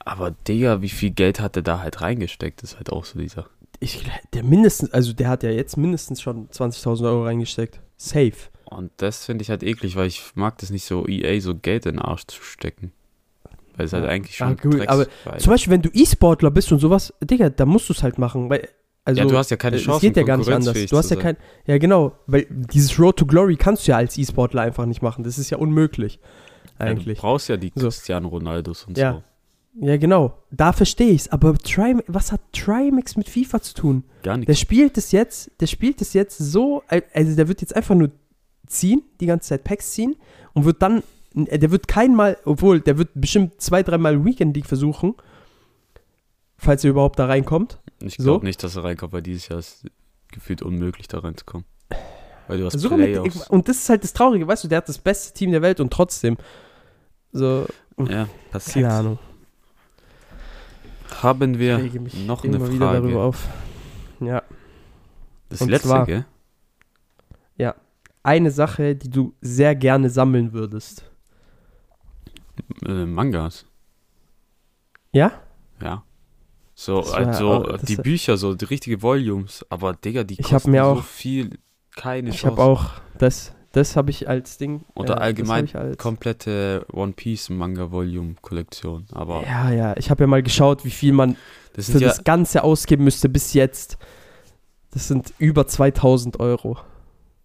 D: Aber Digga, wie viel Geld hat er da halt reingesteckt, ist halt auch so die Sache.
C: Ich, der mindestens, also der hat ja jetzt mindestens schon 20.000 Euro reingesteckt. Safe.
D: Und das finde ich halt eklig, weil ich mag das nicht so, EA so Geld in den Arsch zu stecken. Weil es halt
C: Ja.
D: eigentlich
C: Ah,
D: schon
C: gut, aber
D: Dreckswein-
C: Zum Beispiel, wenn du E-Sportler bist und sowas, Digga, dann musst du es halt machen, weil also
D: ja, du hast ja keine
C: es
D: Chance, um
C: geht ja gar nicht anders.
D: konkurrenzfähig
C: Du hast
D: zu
C: ja
D: sein.
C: kein, ja genau, weil dieses Road to Glory kannst du ja als E-Sportler einfach nicht machen. Das ist ja unmöglich eigentlich.
D: Ja, du brauchst ja die
C: So.
D: Cristiano Ronaldos und
C: Ja.
D: so.
C: Ja, genau. Da verstehe ich's. Aber Tri was hat Trimax mit FIFA zu tun?
D: Gar nichts.
C: Der spielt es jetzt, der spielt es jetzt so, al- also der wird jetzt einfach nur ziehen, die ganze Zeit Packs ziehen und wird dann, äh, der wird keinmal, obwohl, der wird bestimmt zwei, dreimal Weekend League versuchen, falls er überhaupt da reinkommt.
D: Ich
C: So?
D: glaube nicht, dass er reinkommt, weil dieses Jahr ist gefühlt unmöglich, da reinzukommen. Weil du hast
C: Sogar mit,
D: Playoffs.
C: und das ist halt das Traurige, weißt du, der hat das beste Team der Welt und trotzdem, so,
D: ja, passiert.
C: keine Ahnung.
D: Haben wir
C: Ich rege mich
D: noch eine
C: Immer wieder darüber
D: Frage.
C: auf. Ja.
D: Das
C: Und
D: letzte,
C: zwar-
D: gell?
C: eine Sache, die du sehr gerne sammeln würdest.
D: Äh, Mangas.
C: Ja?
D: Ja. So,
C: Das war-
D: also
C: aber das-
D: die Bücher, so die richtige Volumes, aber Digga, die
C: Ich hab
D: kosten
C: mir
D: so
C: auch-
D: viel, keine
C: Ich
D: Chance.
C: habe auch das, das habe ich als Ding. äh,
D: Oder
C: das
D: allgemein
C: hab ich als,
D: komplette One Piece Manga Volume Kollektion, aber
C: Ja, ja. Ich habe ja mal geschaut, wie viel man
D: das
C: für
D: sind ja
C: das Ganze ausgeben müsste bis jetzt. Das sind über 2000 Euro.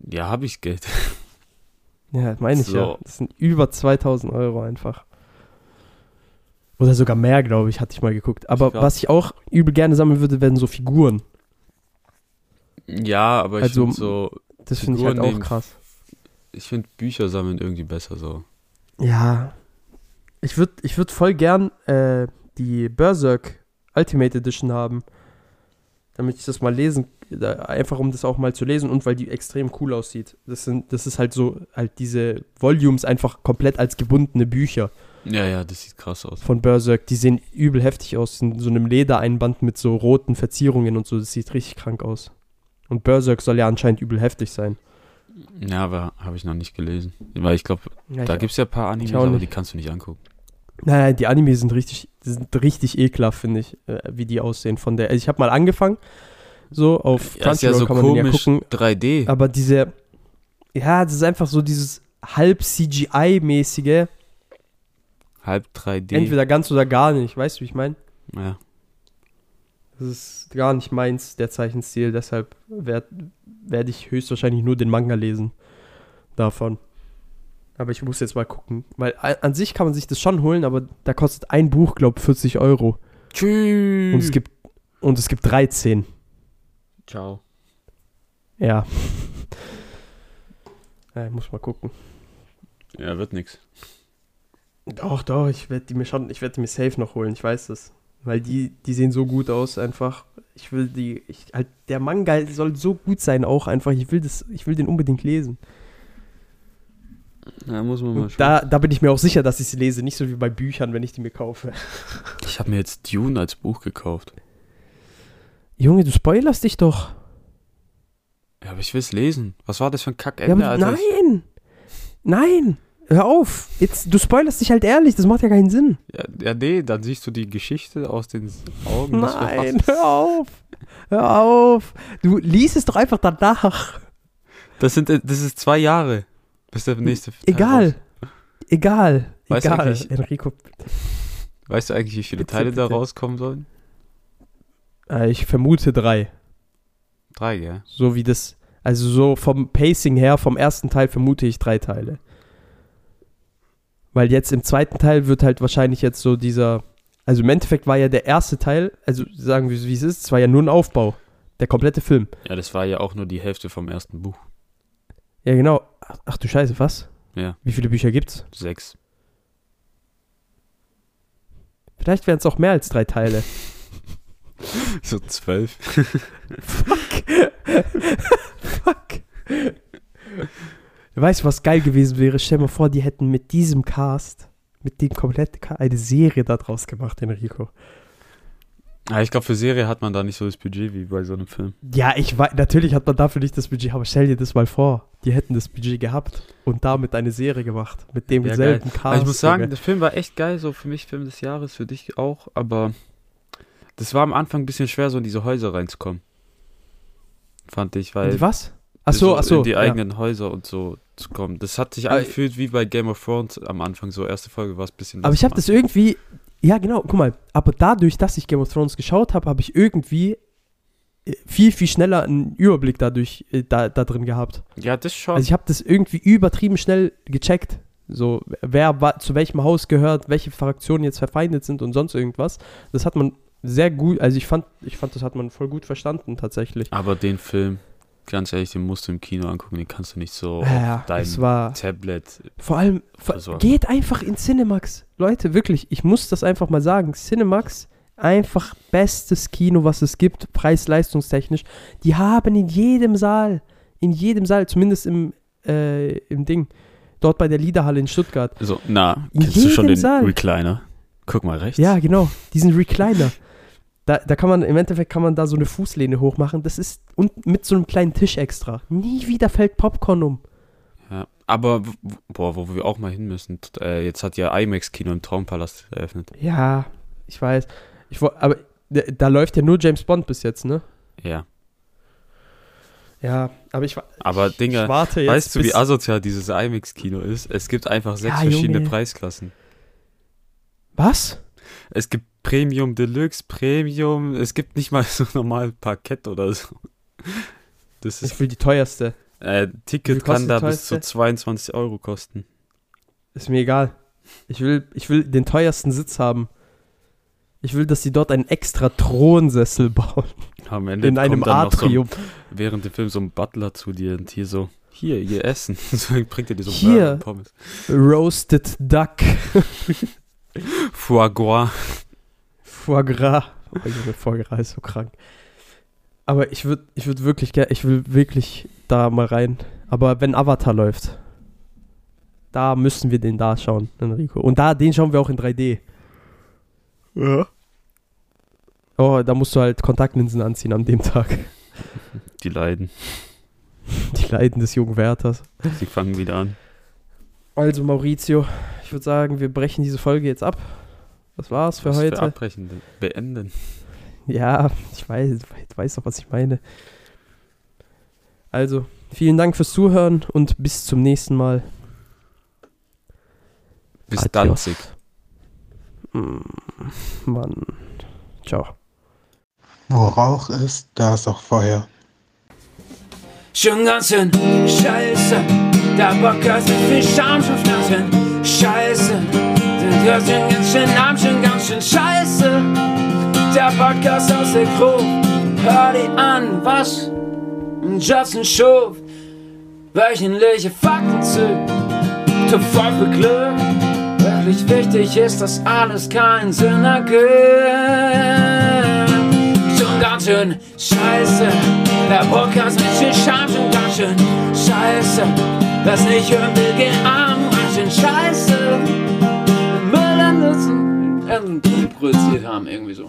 D: ja, habe ich Geld.
C: Ja, meine ich
D: So.
C: ja. Das sind über 2000 Euro einfach. Oder sogar mehr, glaube ich, hatte ich mal geguckt. Aber
D: Ich glaub-
C: was ich auch übel gerne sammeln würde, wären so Figuren.
D: Ja, aber ich
C: Also,
D: finde so
C: Das finde ich
D: Figuren
C: halt auch
D: nehmen-
C: krass.
D: ich finde Bücher sammeln irgendwie besser so.
C: Ja. Ich würde ich würd voll gern äh, die Berserk Ultimate Edition haben. damit ich das mal lesen, da- einfach um das auch mal zu lesen und weil die extrem cool aussieht. Das, sind, das ist halt so, halt diese Volumes einfach komplett als gebundene Bücher
D: Ja, ja, das sieht krass aus.
C: von Berserk. Die sehen übel heftig aus, in so einem Ledereinband mit so roten Verzierungen und so. Das sieht richtig krank aus. Und Berserk soll ja anscheinend übel heftig sein.
D: Ja, aber habe ich noch nicht gelesen. Weil ich glaube, da gibt es ja ein paar Animes,
C: auch
D: aber
C: nicht.
D: die kannst du nicht angucken.
C: Nein, nein, die Anime sind richtig, die sind richtig ekelhaft, finde ich, äh, wie die aussehen. Von der, also ich habe mal angefangen, so auf
D: Ja, ist ja
C: Crunchyroll
D: so
C: kann man den ja
D: komisch.
C: gucken,
D: 3D.
C: aber diese, ja, das ist einfach so dieses halb CGI-mäßige,
D: Halb 3D.
C: entweder ganz oder gar nicht, weißt du, wie ich meine?
D: Ja.
C: Das ist gar nicht meins, der Zeichenstil, deshalb werde werd ich höchstwahrscheinlich nur den Manga lesen davon. Aber ich muss jetzt mal gucken, weil a- an sich kann man sich das schon holen, aber da kostet ein Buch, glaube ich, 40 Euro.
D: Tschüss.
C: Und es gibt und es gibt 13.
D: Ciao.
C: Ja. ja ich muss mal gucken.
D: Ja, wird nix.
C: Doch, doch, ich werde die mir schon, ich werde die mir safe noch holen, ich weiß das. Weil die, die sehen so gut aus, einfach. Ich will die, ich, halt, der Manga soll so gut sein auch einfach. Ich will das, ich will den unbedingt lesen.
D: Ja, muss man mal
C: Und
D: schauen.
C: da, da bin ich mir auch sicher, dass ich sie lese, nicht so wie bei Büchern, wenn ich die mir kaufe.
D: Ich habe mir jetzt Dune als Buch gekauft.
C: Junge, du spoilerst dich doch.
D: Ja, aber ich will es lesen. Was war das für ein
C: Ja,
D: Kackende,
C: aber
D: Alter? Äh, also Ich-
C: nein, nein, hör auf. Jetzt, du spoilerst dich halt ehrlich, das macht ja keinen Sinn.
D: Ja, ja, nee, dann siehst du die Geschichte aus den Augen. des
C: Nein,
D: Verfassers.
C: hör auf. Hör auf. Du liest es doch einfach danach.
D: Das, sind, äh, das ist zwei Jahre, bis der nächste Teil
C: Egal.
D: raus-
C: Egal.
D: Weißt du
C: Egal.
D: eigentlich-
C: Enrico.
D: Weißt du eigentlich, wie viele
C: Bitte,
D: Teile da
C: bitte.
D: rauskommen sollen?
C: Äh, ich vermute drei.
D: Drei, gell?
C: So wie das. Also so vom Pacing her, vom ersten Teil vermute ich drei Teile. Weil jetzt im zweiten Teil wird halt wahrscheinlich jetzt so dieser. Also im Endeffekt war ja der erste Teil, also sagen wir es, wie es ist, es war ja nur ein Aufbau. Der komplette Film.
D: Ja, das war ja auch nur die Hälfte vom ersten Buch.
C: Ja, genau. Ach, ach du Scheiße, was?
D: Ja.
C: Wie viele Bücher gibt's?
D: Sechs.
C: Vielleicht wären es auch mehr als drei Teile.
D: So zwölf.
C: Fuck. Weißt du, was geil gewesen wäre? Stell mal vor, die hätten mit diesem Cast, mit dem kompletten Cast, eine Serie daraus gemacht, Enrico.
D: Ja, Ah, ich glaube, für Serie hat man da nicht so das Budget wie bei so einem Film.
C: Ja, ich weiß, natürlich hat man dafür nicht das Budget, aber stell dir das mal vor. Die hätten das Budget gehabt und damit eine Serie gemacht. Mit dem
D: Ja,
C: selben Cast.
D: Aber Ah, ich muss sagen,
C: Junge.
D: der Film war echt geil, so für mich Film des Jahres, für dich auch, aber das war am Anfang ein bisschen schwer, so in diese Häuser reinzukommen. Fand ich, weil
C: was? Achso,
D: so Äh,
C: achso.
D: in die
C: ja.
D: eigenen Häuser und so zu kommen. Das hat sich
C: Ah,
D: angefühlt wie bei Game of Thrones am Anfang, so erste Folge war es ein bisschen.
C: Aber ich habe das irgendwie, ja genau, guck mal, aber dadurch, dass ich Game of Thrones geschaut habe, habe ich irgendwie äh, viel, viel schneller einen Überblick dadurch äh, da, da drin gehabt.
D: Ja, das schon.
C: Also ich habe das irgendwie übertrieben schnell gecheckt. So, wer wa- zu welchem Haus gehört, welche Fraktionen jetzt verfeindet sind und sonst irgendwas. Das hat man sehr gut, also ich fand, ich fand, das hat man voll gut verstanden tatsächlich.
D: aber den Film, ganz ehrlich, den musst du im Kino angucken, den kannst du nicht so
C: ja,
D: Oh, dein- Also
C: das war
D: Tablet.
C: vor allem, vor,
D: Versorgung.
C: geht einfach in Cinemax. Leute, wirklich, ich muss das einfach mal sagen. Cinemax, einfach bestes Kino, was es gibt, preis-leistungstechnisch. Die haben in jedem Saal, in jedem Saal, zumindest im, äh, im Ding, dort bei der Liederhalle in Stuttgart,
D: So, na,
C: In
D: kennst du schon
C: jedem
D: den
C: Saal.
D: Recliner? Guck mal rechts.
C: Ja, genau. Diesen Recliner. Da, da kann man, im Endeffekt kann man da so eine Fußlehne hochmachen. Das ist, und mit so einem kleinen Tisch extra. Nie wieder fällt Popcorn um.
D: Ja, aber w- w- boah, wo wir auch mal hin müssen. t- Äh, jetzt hat ja IMAX Kino im Traumpalast eröffnet.
C: Ja, ich weiß. Ich, wo- aber da, da läuft ja nur James Bond bis jetzt, ne?
D: Ja,
C: Ja, aber ich, wa-
D: aber
C: ich,
D: Dinger,
C: ich warte jetzt.
D: weißt du, wie
C: bis-
D: asozial dieses IMAX Kino ist? Es gibt einfach sechs
C: Ja,
D: verschiedene
C: Junge.
D: Preisklassen.
C: Was?
D: Es gibt Premium Deluxe, Premium, es gibt nicht mal so normal Parkett oder so. Das ist
C: Ich will die teuerste.
D: äh,
C: Wie
D: Ticket
C: kostet
D: kann da
C: das
D: bis zu
C: teuerste?
D: 22 Euro kosten.
C: Ist mir egal. Ich will, ich will den teuersten Sitz haben. Ich will, dass sie dort einen extra Thronsessel bauen.
D: Am Ende
C: In einem
D: kommt dann noch
C: Atrium.
D: So, ein- während dem Film so ein Butler zu dir und hier so, hier, ihr Essen. so bringt er dir so einen
C: Hier.
D: Burger und Pommes.
C: Roasted Duck.
D: Foie gras.
C: Foie gras. Oh, Junge, Foie gras ist so krank. Aber ich würde ich würd wirklich gerne, ich will wirklich da mal rein. Aber wenn Avatar läuft, da müssen wir den da schauen, Enrico. Und da, den schauen wir auch in 3D.
D: Ja.
C: Oh, da musst du halt Kontaktlinsen anziehen an dem Tag.
D: Die leiden.
C: Die Leiden des jungen Wärters.
D: Sie fangen wieder an.
C: Also Maurizio, ich würde sagen, wir brechen diese Folge jetzt ab. Das war's für
D: Was
C: heute.
D: abbrechen, denn? beenden.
C: Ja, ich weiß, ich weiß doch, was ich meine. Also, vielen Dank fürs Zuhören und bis zum nächsten Mal.
D: Bis
C: Adios.
D: Danzig.
C: Mm, Mann. Ciao.
E: Wo Rauch ist, da ist auch Feuer.
B: Schon ganz schön scheiße. Der Podcast ist viel Scham, schon ganz schön scheiße. Den hörst du ganz schön Namen, schon ganz schön scheiße. Der Podcast aus der Crew, hör dir an, was Justin Schuf. Wöchentliche Fakten zu, zu voll für Glück. Wirklich wichtig ist, dass alles keinen Sinn ergibt. schon ganz schön scheiße. Der Podcast mit viel Charme schon ganz schön scheiße. Was nicht hören will, geh arm, ganz schön scheiße. Müll an Nutzen, irgendwie produziert haben, irgendwie so.